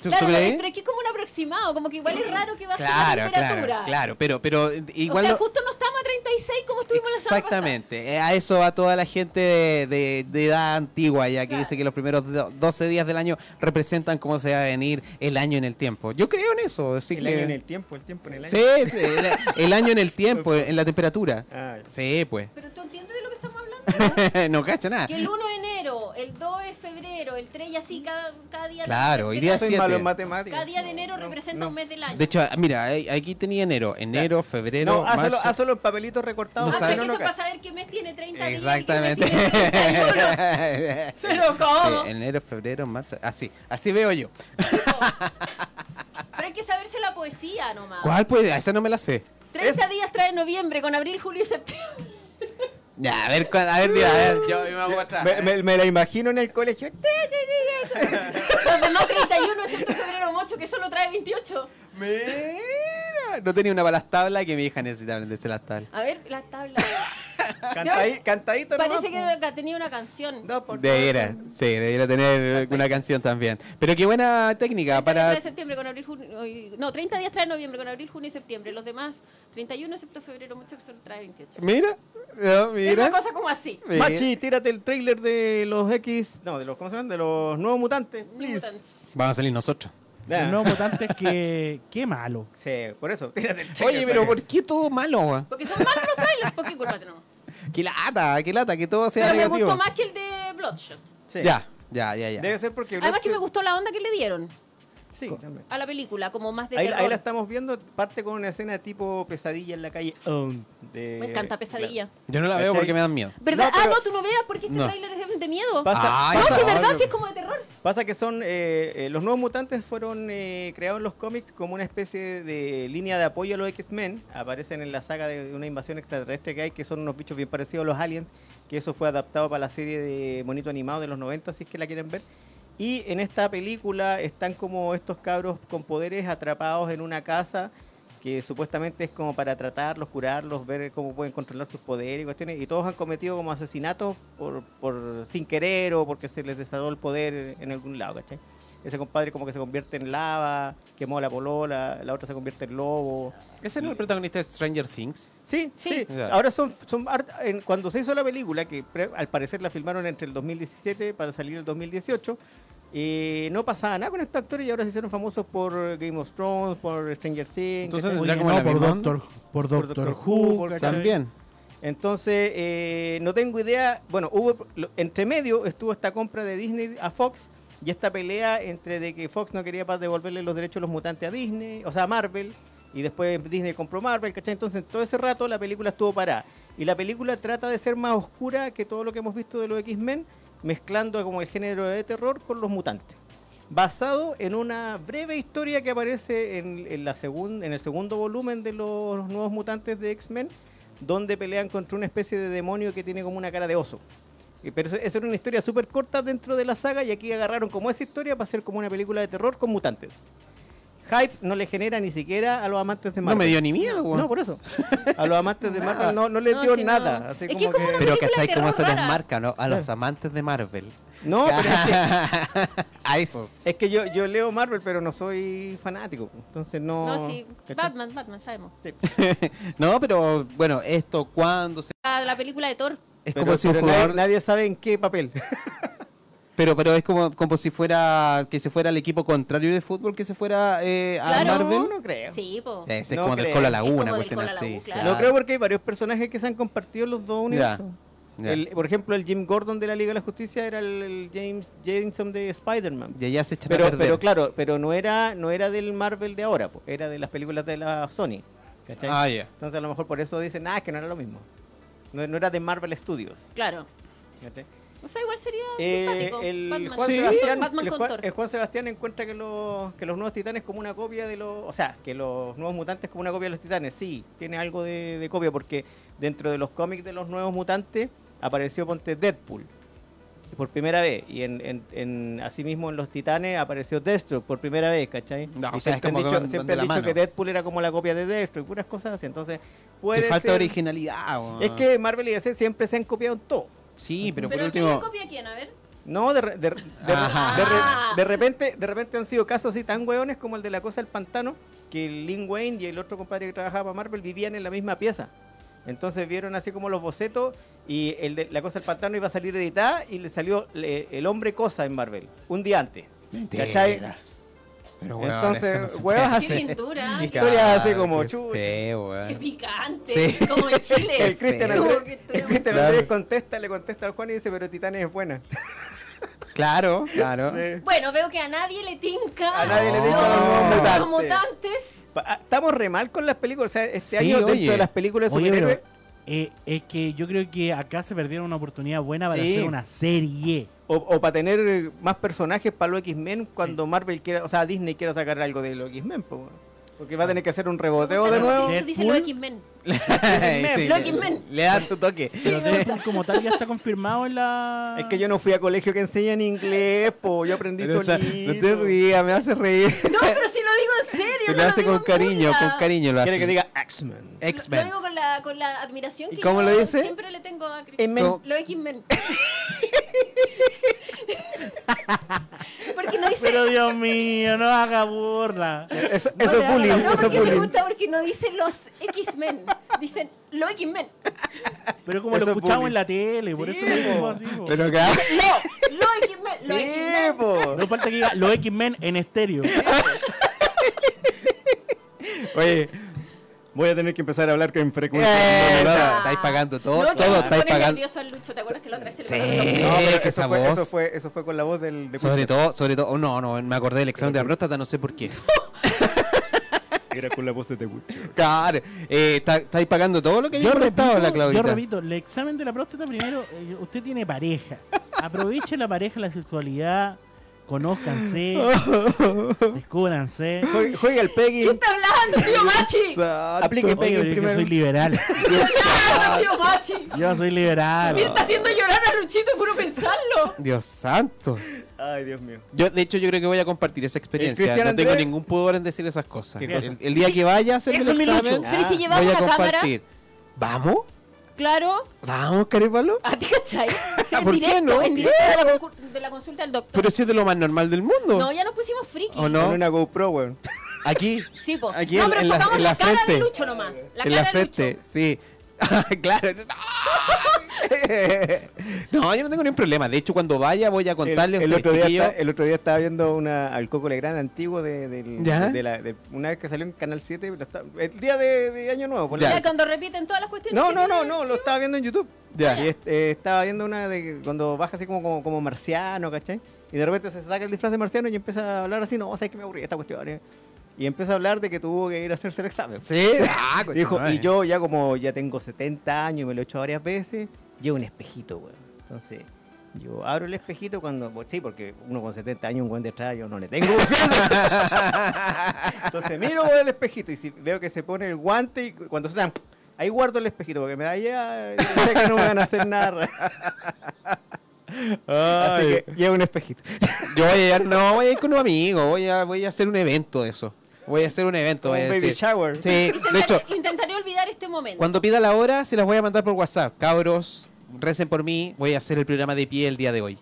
tú Claro, crees? pero es que es como un aproximado, como que igual es raro que baje la Claro, temperatura. claro, claro, pero, pero eh, igual o sea, lo- justo no estamos a 36 como estuvimos la semana pasada. Exactamente, eh, a eso va toda la gente de, de- de edad antigua, ya que Claro. dice que los primeros do- 12 días del año representan cómo se va a venir el año en el tiempo. Yo creo en eso, así El que- año en el tiempo, el tiempo en el año. Sí, sí, el, el año en <laughs> el tiempo, en la temperatura. Ah, ya. Sí, pues. Pero tú entiendes de lo que estamos hablando, <laughs> no cacha nada. ¿no? que el 1 de enero, el 2 de febrero, el 3 y así cada, cada día. de- Claro, hoy día Soy siete. malo en matemáticas. Cada día de No, enero no, representa no. un mes del año. De hecho, ah, mira, ahí- aquí tenía enero, enero, febrero, No, hazlo, marzo. hazlo en papelitos recortados. no Ah, que sabe- pero no, eso no para cae. saber qué mes tiene 30 Exactamente. días y qué mes tiene <laughs> 31. Pero ¿cómo? Sí, enero, febrero, marzo, así, así veo yo. Pero hay que saberse la poesía nomás. ¿Cuál puede? Esa no me la sé. 30 días trae noviembre con abril, julio y septiembre. <laughs> Ya, a ver, cua- Mm. a ver, mira, a ver, yo, yo me hago para atrás. Me, me- me la imagino en el colegio. Los demás 31, excepto febrero mocho, que solo trae 28. Mira, no tenía una para las tablas que mi hija necesitaba aprenderse las tablas. A ver, las tablas. <laughs> Cantadi- cantadito nomás, Parece que po. era- tenía una canción. No, por Debiera, sí, debiera tener una canción también. Pero qué buena técnica 30 días para... trae septiembre con abril, junio, y- no, 30 días trae noviembre con abril, junio y septiembre. Los demás, 31 excepto febrero, mucho que solo trae 28. Mira, no, Es mira. una cosa como así. mira. Machi, tírate el trailer de los X. No, de los, ¿cómo se llaman? De los nuevos mutantes. please. Mutants. Vamos a salir nosotros. Ya. El nuevo mutante es que. Qué malo. Sí, por eso, tírate el trailer. Oye, pero para ¿por que- qué todo malo? weón? Porque son malos los trailers, ¿por qué culpa tenemos? Qué lata, qué lata, que todo sea Pero me negativo. gustó más que el de Bloodshot. Sí. Ya, ya, ya, ya. Debe ser porque. Además que me Bloodshot- gustó la onda que le dieron Sí, también. a la película, como más de Ahí, ahí terror. la estamos viendo, parte con una escena tipo pesadilla en la calle. um, de- Me encanta Pesadilla. Yo no la veo ¿Cachai? porque me dan miedo. ¿Verdad? No, pero- ah, no, tú no veas porque este No. tráiler es de, de miedo. Pasa- Ay, no, sí, pasa- ¿verdad? Sí, es como de terror. Pasa que son eh, eh, los nuevos mutantes fueron eh, creados en los cómics como una especie de línea de apoyo a los X-Men. Aparecen en la saga de una invasión extraterrestre que hay, que son unos bichos bien parecidos a los aliens, que eso fue adaptado para la serie de monito animado de los 90, si es que la quieren ver. Y en esta película están como estos cabros con poderes atrapados en una casa que supuestamente es como para tratarlos, curarlos, ver cómo pueden controlar sus poderes y cuestiones. Y todos han cometido como asesinatos por, por sin querer o porque se les desató el poder en algún lado, ¿cachai? Ese compadre como que se convierte en lava, quemó a la polola, la otra se convierte en lobo. ¿Ese no es el protagonista de Stranger Things? Sí, sí. Sí. Ya. Ahora son, son ar- en- cuando se hizo la película, que pre- al parecer la filmaron entre el 2017 para salir el 2018, eh, no pasaba nada con estos actores y ahora se hicieron famosos por Game of Thrones, por Stranger Things. Entonces, ¿cachai? ¿Tendrá Oye, como no, la por misma Doctor, por Doctor, Doctor Who, Uh, Who. por- ¿cachai? También. Entonces, eh, no tengo idea. Bueno, hubo lo- entre medio estuvo esta compra de Disney a Fox y esta pelea entre de que Fox no quería pa- devolverle los derechos de los mutantes a Disney, o sea, a Marvel, y después Disney compró Marvel, ¿cachai? Entonces, todo ese rato la película estuvo parada. Y la película trata de ser más oscura que todo lo que hemos visto de los X-Men, mezclando como el género de terror con los mutantes. Basado en una breve historia que aparece en, en la segun- en el segundo volumen de los nuevos mutantes de X-Men, donde pelean contra una especie de demonio que tiene como una cara de oso. Y- Pero eso- esa era una historia súper corta dentro de la saga y aquí agarraron como esa historia para hacer como una película de terror con mutantes. Hype no le genera ni siquiera a los amantes de No Marvel. me dio ni miedo, weón. No, por eso. <laughs> A los amantes de Marvel no, no les No, dio sí, no. nada. Así Es que como es como que- una- Pero película ¿cachai de cómo se terror les rara. marca ¿no? a los amantes de Marvel? <laughs> No, pero es <laughs> que, a esos. es que yo, yo leo Marvel, pero no soy fanático. Entonces no... No, sí. ¿cachai? Batman, Batman, sabemos. No, pero bueno, esto cuando se... La, Ah, la película de Thor. Es Pero- como si un pero nadie- jugador... nadie sabe en qué papel. Pero, pero es como, como si fuera... Que se fuera el equipo contrario de fútbol que se fuera eh, a No, Claro. Marvel. Eh, no creo. Sí, po. Ese es No como del creo. Colo a Es la como una, del cuestión Colo a la así. U, claro. Lo creo porque hay varios personajes que se han compartido los dos universos. Ya. pues, El- por ejemplo, el Jim Gordon de la Liga de la Justicia era el, el James Jameson de Spider-Man. Y allá se echan a Pero, perder. pero claro, pero no era, no era del Marvel de ahora, po, era de las películas de la Sony. ¿cachai? Ah, ya. Entonces a lo mejor por eso dicen, ah, es que no era lo mismo. No, no era de Marvel Studios. Claro. ¿cachai? O sea, igual sería Eh, simpático. el, Batman, Juan Sí. Sebastián, Batman el, con Juan, Thor. el Juan Sebastián encuentra que los, que los nuevos titanes como una copia de los... O sea, que los nuevos mutantes como una copia de los titanes. Sí, tiene algo de, de copia porque dentro de los cómics de los nuevos mutantes apareció Ponte Deadpool por primera vez. Y en, en, en- asimismo en los titanes apareció Deathstroke por primera vez, ¿cachai? No, Y o sea, es siempre han como que dicho, van- siempre van de han la dicho que mano. Deadpool era como la copia de Deathstroke, unas cosas así. Entonces, Que puede falta ser- originalidad, weón. Es que Marvel y DC siempre se han copiado en todo. Sí, pero, Pero por ¿quién le último... copia a quién? A ver. No, de, re- de, re- de, re- Ajá. de re- Ah. de repente de repente han sido casos así tan hueones como el de la cosa del pantano, que el Lin Wayne y el otro compadre que trabajaba para Marvel vivían en la misma pieza. Entonces vieron así como los bocetos y el de la cosa del pantano iba a salir editada y le salió le- el hombre cosa en Marvel, un día antes. Mentira. ¿Cachai? Pero, weón, Entonces, eso no se weón, puede. así- Qué <laughs> pintura. Ni qué- historia. historias así Claro, como qué chucha. feo, Qué weón. picante. Sí. Como <laughs> en Chile. El Cristian Como Andrés, que estoy- el Cristian Claro. Andrés contesta, le contesta al Juan y dice, pero Titanes es buena. Claro, claro. <laughs> Bueno, veo que a nadie le tinca. A nadie le los- tinca los nuevos los mutantes. mutantes. Pa- ah, Estamos re mal con las películas. O sea, este Sí, año oye. dentro de las películas de Oye, pero superhéroes, eh, es que yo creo que acá se perdieron una oportunidad buena para Sí. hacer una serie. o, para tener eh, más personajes para los X-Men cuando Marvel quiera, o sea, Disney quiera sacar algo de los X-Men, po, weón. porque va a tener que hacer un reboteo de Pero nuevo. Eso dicen los X-Men. <laughs> Sí, Los X-Men. Le da su toque. Pero Deadpool como tal ya está confirmado en la... Es que yo no fui a colegio que enseñan inglés, po, yo aprendí Pero está- solito. no te rías, me hace reír. No, pero si lo digo en serio. <laughs> Te no lo hace digo con en cariño, burla. con cariño lo Quiere hace. que diga X-Men. Eh, Lo- Lo X-Men. digo con la, con la admiración ¿Y que cómo yo lo dice? siempre le tengo a Cristian. X-Men. No. Los X-Men. <laughs> Porque no dice... Pero Dios mío, no haga burla. Eso, eso es bullying, eso No, es porque me bullying. gusta porque no dicen los X-Men. Dicen los X-Men. Pero como Eso lo es escuchamos bullying. en la tele, por Sí, eso lo po. decimos así. po. Pero claro. No, los X-Men. Los Sí, X-Men. po. No falta que diga los X-Men en estéreo. Oye, voy a tener que empezar a hablar con frecuencia. Eh, modulada. estáis pagando todo, No, que todo me estáis pone pagando. nervioso al Lucho, ¿te acuerdas que la otra vez se Sí. le paró la- No, pero Eh, que eso, esa fue, voz. eso fue eso fue con la voz del de Sobre todo, sobre todo, oh, no, no, me acordé del examen de la próstata, no sé por qué. Era con la voz de The Witcher. <laughs> Claro, eh, está- estáis pagando todo lo que yo he prestado la yo Claudita. repito, el examen de la próstata primero, eh, usted tiene pareja. Aproveche la pareja, la sexualidad, <laughs> conózcanse, descúbranse. Juega el ¿Qué Peggy, está hablando, tío Machi? Exacto. aplique Oye, Peggy pero es que primero. soy liberal. <laughs> ¡Ah, tío Machi! Yo soy liberal. Me está haciendo llorar a Luchito, puro pensarlo. Dios santo. Ay, Dios mío. Yo, de hecho, yo creo que voy a compartir esa experiencia. Cristian No tengo Andrés? ningún pudor en decir esas cosas. ¿Qué cosa? El, el día que vaya a hacer el Eso es mi examen, lucho. Pero ¿y si Ah, llevamos voy a la cámara, compartir. ¿Vamos? claro. ¿Vamos, Carepalo? ¿A <laughs> ti cachai? En ¿Por qué directo, no? en directo de la, concu- de la consulta del doctor. Pero si es de lo más normal del mundo. No, ya nos pusimos friki. ¿O Con no? una GoPro, weón. Aquí. Sí, po. Aquí no, en- pero en la- sacamos en la, la cara de frente. Lucho nomás. La en cara la frente, de sí. <laughs> claro. es- <laughs> no, yo no tengo ningún problema. De hecho, cuando vaya voy a contarles el, el a otro día ustedes, chiquillos. esta- el otro día estaba viendo una, al Coco Legrand antiguo de, del- ¿Ya? de la- de- una vez que salió en Canal 7, lo estaba- el día de, de Año Nuevo. por Lucho. la Ya. Ya cuando repiten todas las cuestiones. No, que no, no, tienen, no, lo sí. estaba viendo en YouTube. Ya. Y este, eh, estaba viendo una de cuando baja así como, como, como marciano, ¿cachai? Y de repente se saca el disfraz de marciano y empieza a hablar así, no, o sea, es que me aburrí esta cuestión. ¿eh? Y empieza a hablar de que tuvo que ir a hacerse el examen. Sí. Ah, coche, Dijo, madre. y yo ya como ya tengo 70 años y me lo he hecho varias veces, llevo un espejito, weón. Entonces, yo abro el espejito cuando... bueno, Sí, porque uno con 70 años, un buen detrás, yo no le tengo <laughs> confianza. Entonces miro weón, el espejito y si veo que se pone el guante y cuando se dan... Ahí guardo el espejito porque me da ya... Sé que no me van a hacer nada. raro. Así <laughs> Ay. que llevo un espejito. Yo voy a llegar- no, voy a ir con un amigo. Voy a, voy a hacer un evento de eso. Voy a hacer un evento. Un voy a baby decir. shower. Sí, Intentaré, de hecho, intentaré olvidar este momento. cuando pida la hora, se las voy a mandar por WhatsApp. Cabros, recen por mí. Voy a hacer el programa de pie el día de hoy.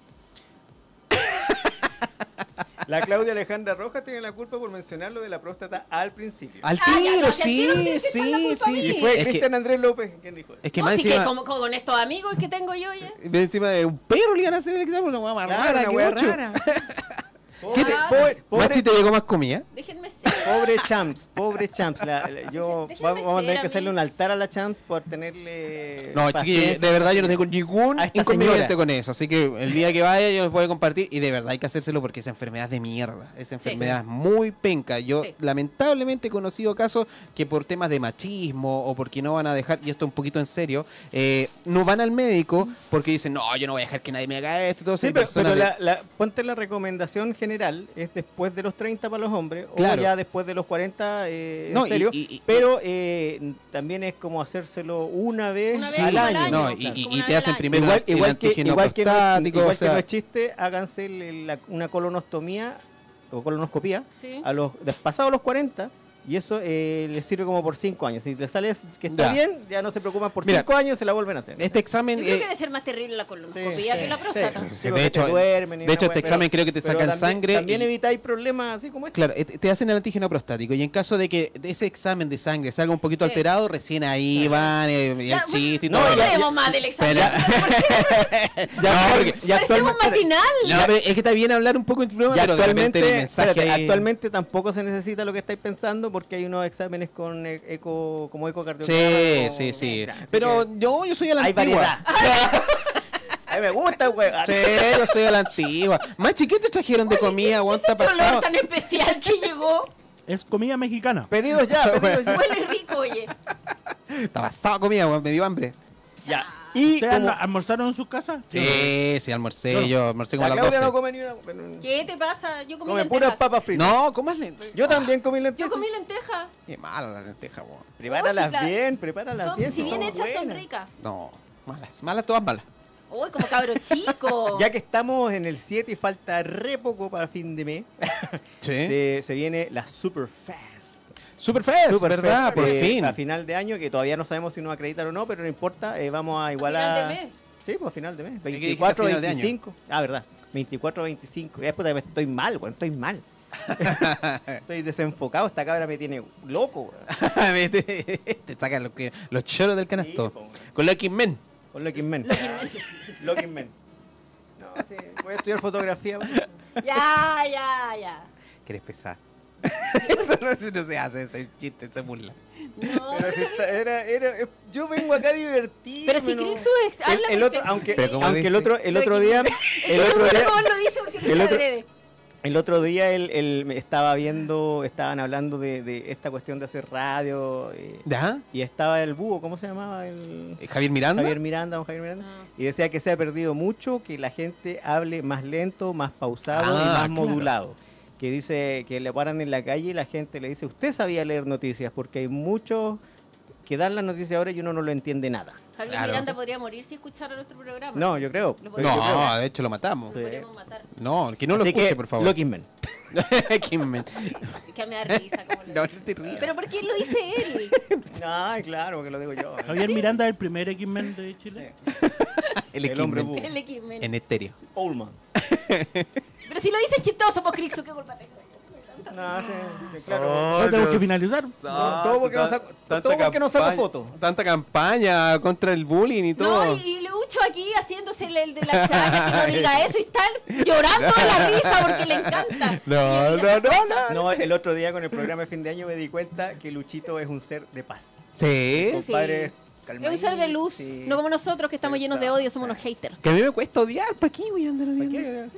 La Claudia Alejandra Rojas tiene la culpa por mencionar lo de la próstata al principio. Al Ah, ya, tiro, no, si al sí, tiro me echas la sí, culpa a sí, mí. sí. Y fue Es que, Cristian Andrés López quien dijo eso. es que Oh, más sí, que encima. como- como con estos amigos que tengo yo, oye. Y Encima de un perro le iban a hacer el examen, una hueá más Claro, rara una que wea ocho. rara. ¿Qué <laughs> Pobre, te- pobre, pobre- Machi, ¿te llegó más comida? Déjenme ser. pobre champs, pobre champs. La- la- yo Déjenme vamos, vamos a ser tener a que mí. hacerle un altar a la champs por tenerle. No, chiquillos, paciencia. de verdad yo no tengo ningún A esta inconveniente señora. con eso. Así que el día que vaya yo les voy a compartir. Y de verdad hay que hacérselo porque esa enfermedad es de mierda. Esa enfermedad es muy penca. Yo Sí. lamentablemente he conocido casos que por temas de machismo o porque no van a dejar, y esto un poquito en serio, eh, no van al médico porque dicen, no, yo no voy a dejar que nadie me haga esto. y todo eso. Sí, Y pero, personas pero de- la, la- ponte la recomendación general es después de los 30 para los hombres Claro. o ya después de los 40, eh, en No, y- serio. y- y- pero eh, también es como hacérselo una vez, Una vez al año. No, y, claro. y- Como y una te vez hacen al primero igual, el igual que, antígeno igual que no, es- prostático, igual o que no sea, es chiste, háganse el- el- la- una colonostomía o colonoscopía <laughs> Sí. a los des- pasados los 40 Y eso eh, les sirve como por cinco años. Si les sale que está Ya. bien, ya no se preocupan por Mira. cinco años, se la vuelven a hacer. Este examen. Yo creo eh, que debe ser más terrible la colonoscopia Sí, que la sí, próstata. sí, de porque te hecho, duermen y de una hecho, este wea, pero- examen creo que te pero sacan también- sangre También y- evitáis problemas así como este. Claro, eh, te te hacen el antígeno prostático y en caso de que de ese examen de sangre salga un poquito Sí. alterado, recién ahí van eh, y el Ya, chiste y no, todo. no Ya- queremos más del examen. Pero- ¿Por qué? ya- No, porque- porque- y Parecemos actualmente- <laughs> matinal. no, pero es que está bien hablar un poco en tu Y programa, pero de repente actualmente, el mensaje espérate, ahí- actualmente tampoco se necesita lo que estáis pensando porque hay unos exámenes con e- eco, como ecocardiograma. Sí, como- sí, sí. Ya, así Pero que- yo, yo soy a la Hay antigua. <laughs> a mí me gusta, güey. Sí, yo soy a la antigua. Machi, ¿qué te trajeron de comida? Aguanta Ese olor pasado. tan especial que llegó. Es comida mexicana. Pedidos <laughs> ya, pedidos ya. Huele rico, oye. Está pasado comida, weón, me dio hambre. Ya. Y ¿Ustedes como, alm- almorzaron en sus casas? Sí, sí, almorcé No. yo, almorcé como a la las Claudia 12. no come ni una. pero- ¿Qué te pasa? Yo comí Come lentejas. puras papas fritas. No, ¿cómo es lente? Yo también comí Yo lentejas. comí lentejas. Qué mala la lenteja, weón. Prepáralas Oh, sí, la- bien, prepáralas Son- bien. si bien son hechas, son buenas. ricas. No, malas, malas, todas malas. Uy, como cabro chico. <laughs> Ya que estamos en el 7 y falta re poco para fin de mes, ¿Eh? se, se viene la Super Fast. Superfest, Super ¿verdad? Fest, Por eh, fin. <laughs> A final de año, que todavía no sabemos si nos acreditan o no, pero no importa, eh, vamos a igual final a- de mes. Sí, pues a final de mes. dijiste 24, a final de año. 25. Ah, verdad. 24, 25. Ya, puta, me- estoy mal, güey, estoy <laughs> mal. estoy desenfocado, esta cabra me tiene loco, güey. Viste, Te sacan lo que- los choros del Sí, pues, po, canasto. güey. Con los X-Men. Con Locking Men. Lo <laughs> que- Locking Men. No, sí, voy a estudiar fotografía. güey. Ya, ya, ya. Querés pesar. <laughs> eso no, eso no se hace, ese chiste, se burla. No. <laughs> Pero si está- era, era, eh, yo vengo acá a divertirme. Pero si ¿no? Crixus es- El, habla el otro, perfecto. aunque, Pero como aunque el dice- otro, el Lo otro que- día, <laughs> el otro día, ¿Cómo lo dice? Porque el piensa otro- adrede. el otro día él, él me estaba viendo, estaban hablando de, de esta cuestión de hacer radio eh, ¿Ya? y estaba el búho, ¿cómo se llamaba? El Eh, Javier Miranda. Javier Miranda, don Javier Miranda, Ah. y decía que se ha perdido mucho, que la gente hable más lento, más pausado y Ah, más claro. modulado. Que dice que le paran en la calle y la gente le dice, ¿usted sabía leer noticias? Porque hay muchos que dan las noticias ahora y uno no lo entiende nada. Javier Claro. Miranda podría morir si escuchara nuestro programa. No, yo creo. Lo podríamos- No, de hecho lo matamos. lo podríamos matar. No, que no lo Así escuche, que, por favor. Locking Man. <laughs> X-Men. <laughs> Que me da risa. como lo No, no dice. te rías. Pero ¿por qué lo dice <laughs> él? Ah, claro, que lo digo yo. Javier Miranda, el primer X-Men de Chile. El, El hombre X-Men. búho. El X-Men. En estéreo. Oldman. Pero si lo dice chistoso, pues Crixus, ¿qué culpa tengo? No, sí, sí, claro. No tenemos que finalizar. No, todo porque no saco- Ah, Tanta todo porque no saco campaña- foto. Tanta campaña contra el bullying y todo. No, y, y Lucho aquí haciéndose el, el de la chaga <laughs> que no diga eso y está llorando de la risa porque le encanta. No, Y yo, ya, no, no, no. No, el otro día con el programa de fin de año me di cuenta que Luchito es un ser de paz. Sí. Sí. Compadre, Es un ser de luz, sí. no como nosotros que estamos llenos de odio, somos Sí. unos haters. Que a mí me cuesta odiar. ¿Para qué voy a andar odiando?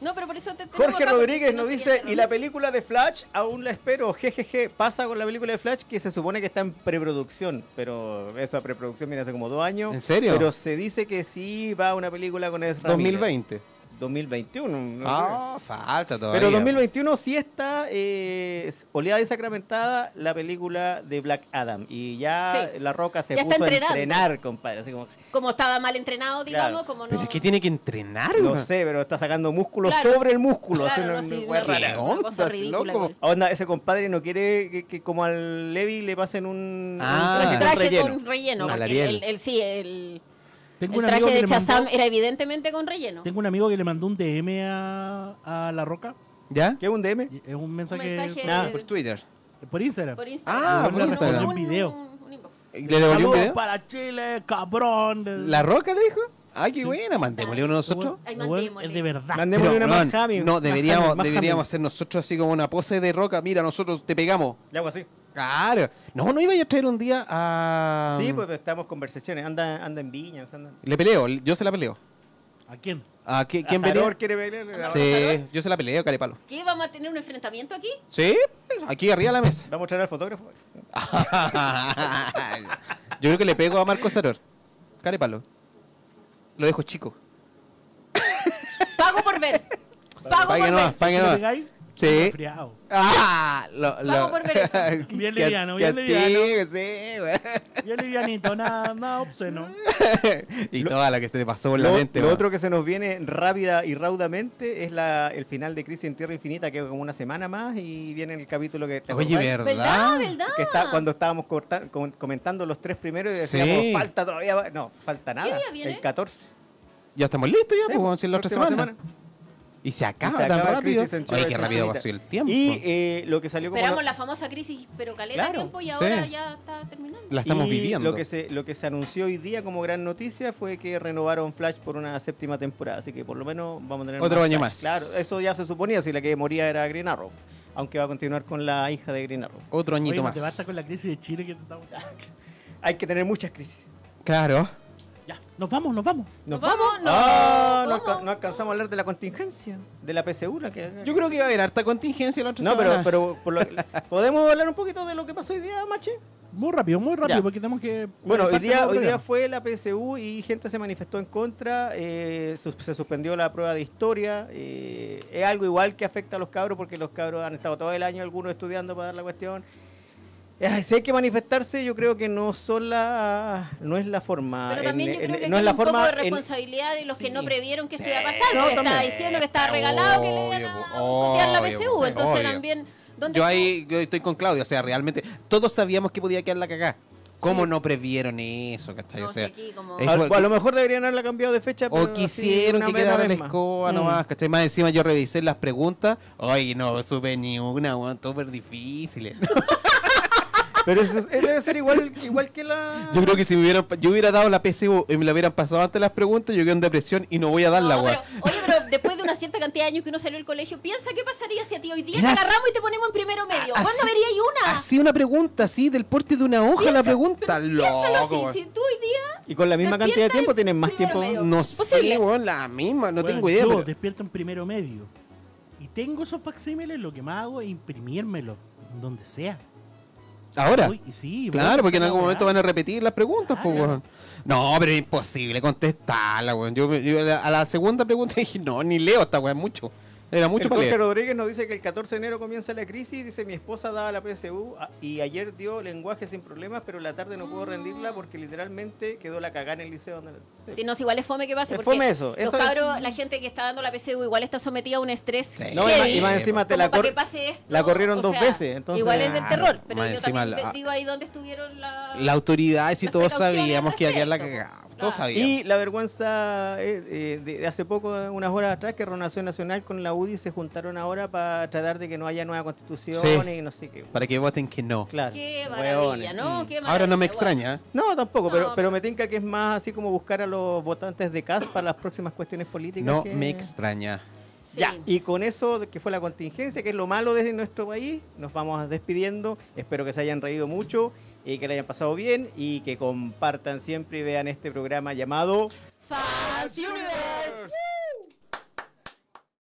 No, pero por eso te tenemos Jorge acá, porque Rodríguez si no nos sería dice, tan y la película de Flash aún la espero, jejeje, pasa con la película de Flash que se supone que está en preproducción, pero esa preproducción viene hace como dos años. ¿En serio? Pero se dice que sí va una película con Ezra Miller. 2020. 2021. no sé. Ah, falta todavía. Pero 2021 sí está eh, oleada y sacramentada la película de Black Adam. Y ya Sí. La Roca se Ya está puso a entrenando. entrenar, compadre. Así como, Como estaba mal entrenado, digamos, Claro. como no... Pero es que tiene que entrenar, no weón. sé, pero está sacando músculo Claro. sobre el músculo. Claro, haciendo no, una sí, wea una- rara. ¿Qué una cosa onda, ridícula loco? igual. Onda, ese compadre no quiere que, que como al Levi le pasen un, un Ah. traje, con traje relleno. con relleno. No, porque la el, piel. el- sí, el, Tengo el un traje amigo que de le mandó- Chazam era evidentemente con relleno. Tengo un amigo que le mandó un DM a, a La Roca. ¿Ya? ¿Qué es un DM? y Es un mensaje, mensaje por- Nada, Por Twitter. por Instagram. Por Ah, Instagram. por Un- Instagram. un- Un video. un- un inbox. ¿Le devolvió un Saludos video? para Chile, cabrón. ¿La Roca le dijo? Ay, qué buena. Mandémosle uno nosotros. Ay, La weón mandémosle. Es de verdad. Mandémosle Pero, una weón, Manhattan. no, deberíamos, Manhattan, deberíamos Manhattan. hacer nosotros así como una pose de roca. Mira, nosotros te pegamos. Le hago así. Claro. No, no iba yo a traer un día a. Sí, pues estamos conversaciones. Anda, anda en viñas. Anda. Le peleo, yo se la peleo. ¿A quién? ¿A qué- quién Asador pelea? quiere pelear. Sí, yo se la peleo, carepalo. ¿Qué? ¿Vamos a tener un enfrentamiento aquí? Sí, aquí arriba de la <laughs> mesa. Vamos a traer al fotógrafo. Yo creo que le pego a Marco Saror. Carepalo. Lo dejo chico. Pago por ver. Pago Pague por nomás, ver. pague ¿Le nomás. pegáis? Sí. Friado. <laughs> Ah, lo, lo- Vamos por pereza. <laughs> Que- Bien liviano, que bien liviano. sí, güey. Yo livianito, nada, nada <laughs> pues, obsceno. Y Lo- toda la que se te pasó por la Lo, mente. lo güey. otro que se nos viene rápida y raudamente es la, el final de Crisis en Tierra Infinita, que es como una semana más y viene el capítulo que ¿te Oye, acordás? ¿verdad? ¿Verdad? ¿Verdad? Que está, cuando estábamos corta- com- comentando los tres primeros y Sí. decíamos, falta todavía, va-". no, falta nada. día viene? El 14. Ya estamos listos ya, Sí, pues, vamos a ir la otra próxima semana. Y se acaba se tan acaba rápido. Crisis en Oye, qué Tierra rápido Infinita. pasó el tiempo. Y eh, lo que salió como... Esperamos la famosa crisis, pero caleta Claro, tiempo y sí. ahora ya está terminando. la estamos y viviendo. Lo que, se, lo que se anunció hoy día como gran noticia fue que renovaron Flash por una séptima temporada, así que por lo menos vamos a tener Otro año Flash. más. Claro, eso ya se suponía, si la que moría era Green Arrow, aunque va a continuar con la hija de Green Arrow. Otro Oye, añito ¿no más. te basta con la crisis de Chile que te estamos... Hay que tener muchas crisis. Claro. Ya, nos vamos, nos vamos. ¿Nos vamos? No. Ah, no, ¿Cómo? alca- no alcanzamos a hablar de la contingencia, de la PSU. la que- Yo creo que va a haber harta contingencia la otra no, pero, semana. pero por lo- ¿podemos hablar un poquito de lo que pasó hoy día, Mache? Muy rápido, muy rápido, Ya. porque tenemos que... Bueno, hoy parte día, del hoy día programa. fue la PSU y gente se manifestó en contra, eh, sus- se suspendió la prueba de historia, eh, es algo igual que afecta a los cabros porque los cabros han estado todo el año algunos estudiando para dar la cuestión. Eh, si hay que manifestarse, yo creo que no son la, no es la forma. Pero Ah, en- también yo en- creo que no hay es la un forma poco de en- responsabilidad de los que no Sí. previeron que esto iba a pasar, No, porque estaba también. diciendo que estaba regalado que le iban a copiar la Obvio, PCU, entonces obvio. también... ¿dónde Yo está? ahí yo estoy con Claudio, o sea, realmente todos sabíamos que podía quedar la cagá. ¿Cómo no previeron eso, cachai? No, o sea, sí, aquí como- es a, igual- a lo mejor deberían haberla cambiado de fecha. pero o así, quisieron una que vez- una quedara la vez más. escoba Mm. nomás, ¿cachai? Más encima yo revisé las preguntas. Ay, no supe ni una, weón, súper <laughs> difíciles. Pero eso, es- eh, debe ser igual, igual que la. Yo creo que si me hubieran, yo hubiera dado la PSU y me la hubieran pasado antes las preguntas, yo quedo en depresión y no voy a darla, No, weón. pero- oye, pero después de una cierta cantidad de años que uno salió del colegio, piensa qué pasaría si a ti hoy día te Eras- agarramos y te ponemos en primero medio. Ah, así- ¿Cuándo verías una? Así una pregunta, así, del porte de una hoja la pregunta, Piénsalo loco. así, weón. si tú hoy día... Y con la misma cantidad de Despierta tiempo el tienen más primero tiempo. medio. No Posible. sé, weón, la misma, no Bueno, tengo idea. Yo pero- despierto en primero medio. Y tengo esos facsímiles, lo que más hago es imprimírmelo, donde sea. Ahora. Voy- y sí, voy Claro, porque en hacer algún la momento weá. van a repetir las preguntas, pues, Claro. weón. No, pero es imposible contestarla, weón. Yo, me- yo a, la, a la segunda pregunta <laughs> dije, no, ni leo esta weón, mucho. Era mucho El para Jorge leer. Rodríguez nos dice que el 14 de enero comienza la crisis. Dice: Mi esposa daba la PSU a- ah, y ayer dio lenguaje sin problemas, pero la tarde no pudo rendirla porque literalmente quedó la cagada en el liceo. donde la- Si no, si igual es fome que pase, Es porque fome eso, eso los es- cabros, la gente que está dando la PCU igual está sometida a un estrés Sí. No, y heavy. más, y más encima te Como la para cor- que pase esto, la corrieron o dos sea, veces, entonces- Ah, igual es del Claro, terror, pero más yo encima también la- te digo ahí dónde estuvieron la... La autoridad, si Las todos precauciones sabíamos que iba a quedar la respecto. cagada. Todos Claro. sabíamos. Y la vergüenza eh, eh, de, de hace poco, eh, unas horas atrás, que Renovación Nacional con la UDI se juntaron ahora para tratar de que no haya nueva constitución Sí. y no sé qué. Para que voten que no. Claro. Qué Hueones. maravilla, ¿no? Mm. Qué Ahora no me maravilla, extraña. ¿eh? No, tampoco, No, pero, pero pero- me tinca que es más así como buscar a los votantes de CAS para las próximas cuestiones políticas. No que- me extraña. guau. Ya, Sí. y con eso de que fue la contingencia, que es lo malo desde nuestro país, nos vamos despidiendo. Espero que se hayan reído mucho y que le hayan pasado bien y que compartan siempre y vean este programa llamado Fast Universe.